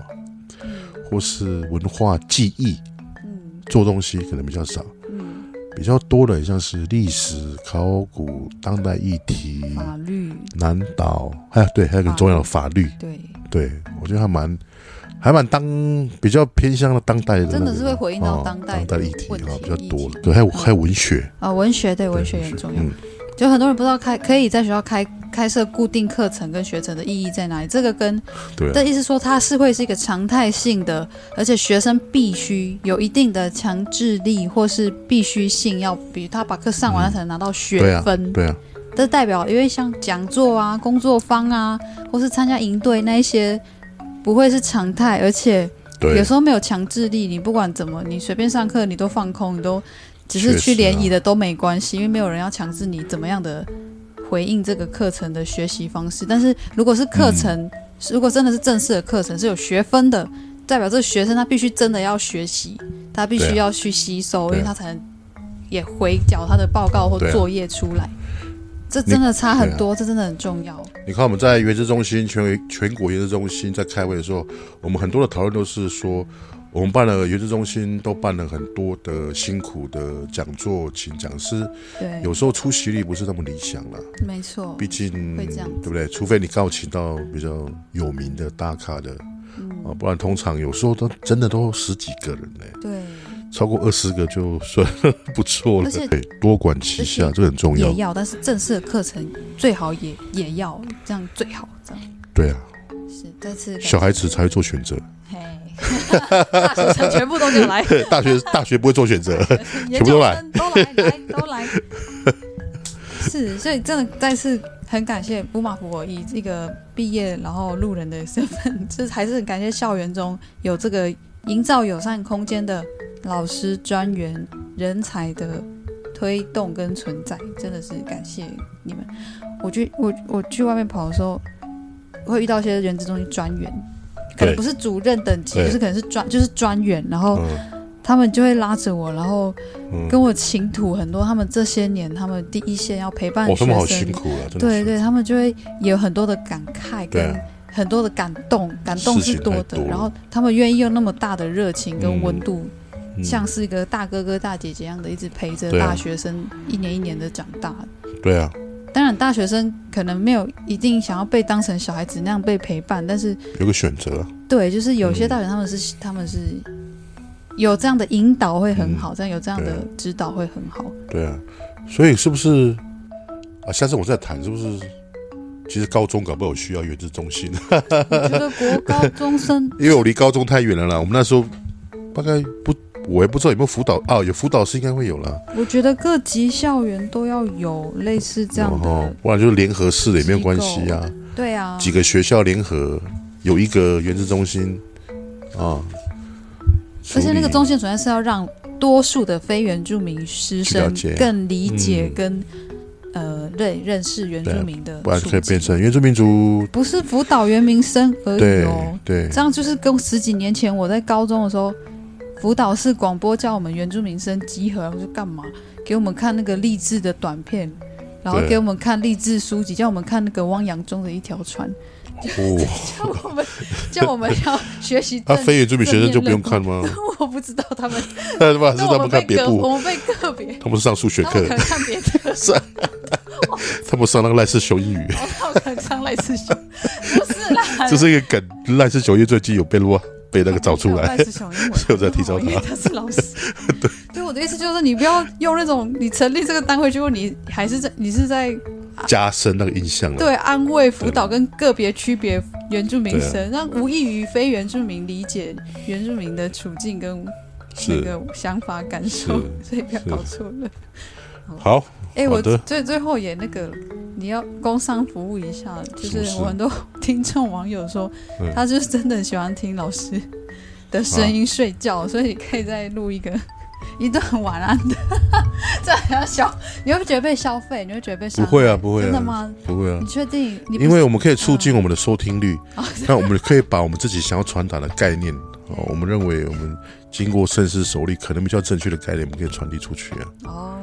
Speaker 1: 或是文化记忆
Speaker 2: 嗯
Speaker 1: 做东西可能比较少。
Speaker 2: 嗯，
Speaker 1: 比较多的像是历史、考古、当代议题、
Speaker 2: 法律
Speaker 1: 南岛，还有对，还有一个很重要的法律，
Speaker 2: 对，
Speaker 1: 对我觉得还蛮还蛮当比较偏向的当代的那个，
Speaker 2: 真的是会回应到
Speaker 1: 哦
Speaker 2: 当代
Speaker 1: 当代
Speaker 2: 的
Speaker 1: 议题
Speaker 2: 问
Speaker 1: 啊、
Speaker 2: 题
Speaker 1: 比较
Speaker 2: 议
Speaker 1: 多
Speaker 2: 题，
Speaker 1: 对，还有还有文学，
Speaker 2: 啊，文学对文学也
Speaker 1: 文
Speaker 2: 很重要
Speaker 1: 嗯，，
Speaker 2: 就很多人不知道开可以在学校开开设固定课程跟学程的意义在哪里，这个跟
Speaker 1: 对啊、
Speaker 2: 这意思说它是会是一个常态性的，而且学生必须有一定的强制力或是必须性，要比如他把课上完，他才能拿到
Speaker 1: 对
Speaker 2: 学
Speaker 1: 啊
Speaker 2: 分，
Speaker 1: 对啊，
Speaker 2: 这代表，因为像讲座啊、工作坊啊，或是参加营队那一些，不会是常态，而且有
Speaker 1: 对，
Speaker 2: 时候没有强制力，你不管怎么，你随便上课，你都放空，你都只是
Speaker 1: 确实
Speaker 2: 去
Speaker 1: 啊
Speaker 2: 联谊的都没关系，因为没有人要强制你怎么样的回应这个课程的学习方式。但是如果是课程，
Speaker 1: 嗯
Speaker 2: 如果真的是正式的课程是有学分的，代表这个学生他必须真的要学习，他必
Speaker 1: 对
Speaker 2: 须
Speaker 1: 啊
Speaker 2: 要去吸收，因
Speaker 1: 对
Speaker 2: 为
Speaker 1: 啊
Speaker 2: 他才能也回缴他的报告或
Speaker 1: 对啊啊
Speaker 2: 作业出来。这
Speaker 1: 你
Speaker 2: 真的差很多，这真的很重要。
Speaker 1: 你看我们在原子中心全全国原子中心在开会的时候，我们很多的讨论都是说。我们办了原子中心，都办了很多的辛苦的讲座，请讲师，
Speaker 2: 对，
Speaker 1: 有时候出席率不是那么理想了。
Speaker 2: 没错，
Speaker 1: 毕竟
Speaker 2: 会这样子
Speaker 1: 对不对？除非你告请到比较有名的大咖的、
Speaker 2: 嗯
Speaker 1: 啊，不然通常有时候都真的都十几个人呢、
Speaker 2: 对，
Speaker 1: 超过二十个就算不错了
Speaker 2: 而且。
Speaker 1: 对，多管齐下
Speaker 2: 而且
Speaker 1: 这很重要
Speaker 2: 也。要，但是正式的课程最好也也要，这样最好，这样
Speaker 1: 对啊，
Speaker 2: 是再次感谢
Speaker 1: 小孩子才会做选择，
Speaker 2: 嘿， 大学生全部都给 我来，
Speaker 1: 大 学大学不会做选择。
Speaker 2: 研
Speaker 1: 部都
Speaker 2: 究
Speaker 1: 来
Speaker 2: 生都来，来都 来。是，所以真的再次很感谢布马福我以一个毕业然后路人的身份， 就是还是很感谢校园中有这个营造友善空间的老师、专员、人才的推动跟存在，真的是感谢你们。我去我我去外面跑的时候，会遇到一些人资中心专员，可能
Speaker 1: 对
Speaker 2: 不是主任等级，
Speaker 1: 对
Speaker 2: 就是可能是专就是专员，然后
Speaker 1: 嗯
Speaker 2: 他们就会拉着我，然后
Speaker 1: 嗯，
Speaker 2: 跟我倾吐很多他们这些年他们第一线要陪伴
Speaker 1: 哦，他
Speaker 2: 学
Speaker 1: 们好
Speaker 2: 生
Speaker 1: 辛，苦啊，真的
Speaker 2: 对
Speaker 1: 是
Speaker 2: 对，他们就会有很多的感慨
Speaker 1: 对
Speaker 2: 跟
Speaker 1: 啊，
Speaker 2: 很多的感动，感动
Speaker 1: 事
Speaker 2: 是
Speaker 1: 情
Speaker 2: 多
Speaker 1: 太
Speaker 2: 的
Speaker 1: 多，了
Speaker 2: 然后他们愿意用那么大的热情跟
Speaker 1: 嗯
Speaker 2: 温度，
Speaker 1: 嗯
Speaker 2: 像是一个大哥哥大姐姐一样的，一直陪着
Speaker 1: 对啊
Speaker 2: 大学生一年一年的长大。
Speaker 1: 对啊，
Speaker 2: 当然，大学生可能没有一定想要被当成小孩子那样被陪伴，但是
Speaker 1: 有个选择啊，
Speaker 2: 对，就是有些
Speaker 1: 嗯
Speaker 2: 大学他们是、他们是有这样的引导会很
Speaker 1: 嗯
Speaker 2: 好，这样有这样
Speaker 1: 对
Speaker 2: 的
Speaker 1: 啊
Speaker 2: 指导会很好。
Speaker 1: 对啊，所以是不是啊？下次我再谈是不是？其实高中搞不好有需要原子中心。啊
Speaker 2: 我觉得国高中生
Speaker 1: 因为我离高中太远了啦。我们那时候大概不，我也不知道有没有辅导啊，有辅导是应该会有啦。
Speaker 2: 我觉得各级校园都要有类似这样
Speaker 1: 然后
Speaker 2: 的，
Speaker 1: 不哦然就是联合式的也没有关系啊。
Speaker 2: 对啊，
Speaker 1: 几个学校联合有一个原子中心啊，
Speaker 2: 而且那
Speaker 1: 处
Speaker 2: 个
Speaker 1: 理
Speaker 2: 中心主要是要让多数的非原住民师
Speaker 1: 去了
Speaker 2: 生
Speaker 1: 解
Speaker 2: 更理解
Speaker 1: 嗯
Speaker 2: 跟、呃认认识原住
Speaker 1: 对啊
Speaker 2: 民的
Speaker 1: 不然
Speaker 2: 处
Speaker 1: 可以
Speaker 2: 境
Speaker 1: 变成原住民族。
Speaker 2: 不是辅导原民生而已
Speaker 1: 对
Speaker 2: 哦。
Speaker 1: 对
Speaker 2: 这样就是跟十几年前我在高中的时候，辅导室广播叫我们原住民生集合，我说干嘛？给我们看那个励志的短片，然后
Speaker 1: 对
Speaker 2: 给我们看励志书籍，叫我们看那个汪洋中的一条船。
Speaker 1: 哦，
Speaker 2: 叫我们叫我们要学习
Speaker 1: 那
Speaker 2: 正，
Speaker 1: 啊非原住民学生就不用看吗？
Speaker 2: 我不知道他们，
Speaker 1: 他们是
Speaker 2: 那
Speaker 1: 他
Speaker 2: 我
Speaker 1: 们
Speaker 2: 们
Speaker 1: 看
Speaker 2: 被
Speaker 1: 别
Speaker 2: 个
Speaker 1: 部，
Speaker 2: 我们被个别，
Speaker 1: 他们是上数学
Speaker 2: 然后
Speaker 1: 课
Speaker 2: 我， 可能看 别的，
Speaker 1: 他们上那个赖氏雄英语，
Speaker 2: 然后可能上赖 世雄，不是啦，
Speaker 1: 这是一个梗。赖氏雄英最近有被录被那个找 出来
Speaker 2: 赖，世雄英文，哦
Speaker 1: 所以我在提早
Speaker 2: 因为
Speaker 1: 他。
Speaker 2: 他是 老师。对，对，我的意思就是你不要用那种你成立这个单位，结果你还是在你是在
Speaker 1: 加深那个印象啊了。
Speaker 2: 对啊安慰辅导跟个别区别原住民
Speaker 1: 对啊
Speaker 2: 生，让无异于非原住民理解原住民的处境跟那
Speaker 1: 是
Speaker 2: 个想法感受， 所以不要
Speaker 1: 是
Speaker 2: 搞错了。
Speaker 1: 好，
Speaker 2: 哎、
Speaker 1: 好
Speaker 2: 我
Speaker 1: 的
Speaker 2: 最最后也那个，你要工商服务一下，就
Speaker 1: 什么
Speaker 2: 是
Speaker 1: 事
Speaker 2: 我很多听众网友说
Speaker 1: 嗯，
Speaker 2: 他就是真的很喜欢听老师的声音睡觉，所以你可以再录一个一段晚安的， 这还要消，你会不会觉得被消费？你会觉得被
Speaker 1: 不
Speaker 2: 伤害
Speaker 1: 会啊，不会啊，
Speaker 2: 真的吗？
Speaker 1: 不会啊
Speaker 2: 你，确定？你不
Speaker 1: 因为我们可以促进我们的收听率，那我们可以把我们自己想要传达的概念，哦，我们认为我们经过深思熟虑，可能比较正确的概念，我们可以传递出去啊，
Speaker 2: 哦，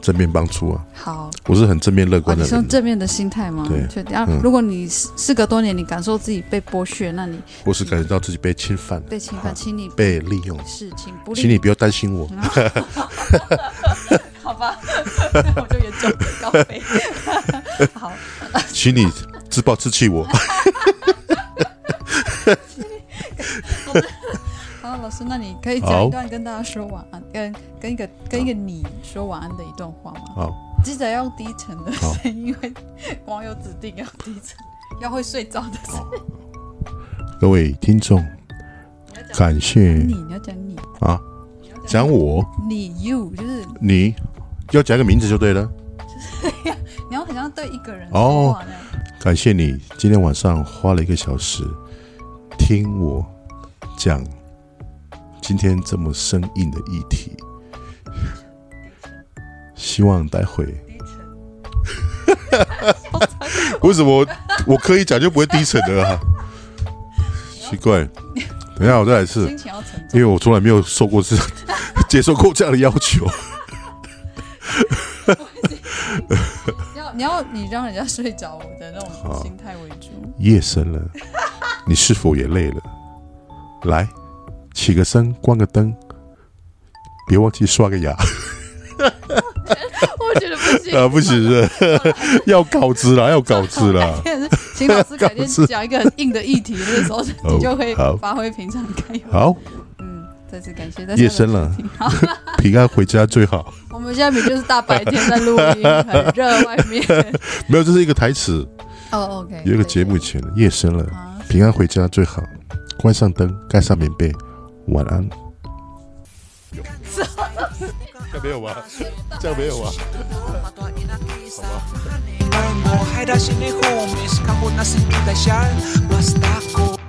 Speaker 1: 正面帮助啊，
Speaker 2: 好，
Speaker 1: 我是很正面乐
Speaker 2: 啊、
Speaker 1: 观
Speaker 2: 你
Speaker 1: 的
Speaker 2: 是用
Speaker 1: 人，
Speaker 2: 正面的心态吗？
Speaker 1: 对
Speaker 2: 确定啊
Speaker 1: 嗯？
Speaker 2: 如果你事事隔多年，你感受自己被剥削，那你
Speaker 1: 我是感觉到自己被侵犯、
Speaker 2: 被侵
Speaker 1: 啊
Speaker 2: 犯，请你
Speaker 1: 被利用，
Speaker 2: 是，请不吝
Speaker 1: 请你不要担心我，
Speaker 2: 好吧， 那我就严重高飞。好，
Speaker 1: 请你自暴自弃我，
Speaker 2: 好，老师，那你可以
Speaker 1: 好
Speaker 2: 讲一段跟大家说晚安，跟跟一个跟一个你说晚安的一段话吗？
Speaker 1: 好，
Speaker 2: 记得要低沉的声音，因为网友指定要低沉，要会睡着的声音。
Speaker 1: 各位听众，感谢
Speaker 2: 你你要讲你
Speaker 1: 啊，讲我
Speaker 2: 你 you 就是
Speaker 1: 你要讲一个名字就对了。
Speaker 2: 你要很像对一
Speaker 1: 哦
Speaker 2: 个人说话那样。
Speaker 1: 感谢你今天晚上花了一个小时听我讲今天这么生硬的议题，希望待会。为什么我我可以讲就不会低沉的啊？奇怪，等一下我再来一次，
Speaker 2: 心情要沉
Speaker 1: 因
Speaker 2: 重。
Speaker 1: 为我从来没有受过这接受过这样的要求。
Speaker 2: 要你要你让人家睡着我的那种心态为主。
Speaker 1: 夜深了，你是否也累了？来，起个身，关个灯，别忘记刷个 牙
Speaker 2: 我觉得不行
Speaker 1: 啊！不行是不 是要告知啦，要告知啦。
Speaker 2: 天，请老师改天讲一个很硬的议题，那时候
Speaker 1: 哦
Speaker 2: 你就会
Speaker 1: 好
Speaker 2: 发挥平常该有。
Speaker 1: 好，
Speaker 2: 嗯，再次感谢大家的
Speaker 1: 夜深了
Speaker 2: 收听。好，
Speaker 1: 平安回家最好。
Speaker 2: 我们现在明明就是大白天在录音，很热，外 面。
Speaker 1: 没有，这是一个台词，
Speaker 2: 哦，OK，
Speaker 1: 有一个节目以前的夜深了，
Speaker 2: 啊，
Speaker 1: 平安回家最好。关上灯，盖上棉被，晚安。这没有吗？这样没有吗？啊
Speaker 3: Murmur, hide us in the homies, come on us in the shell, basta ko.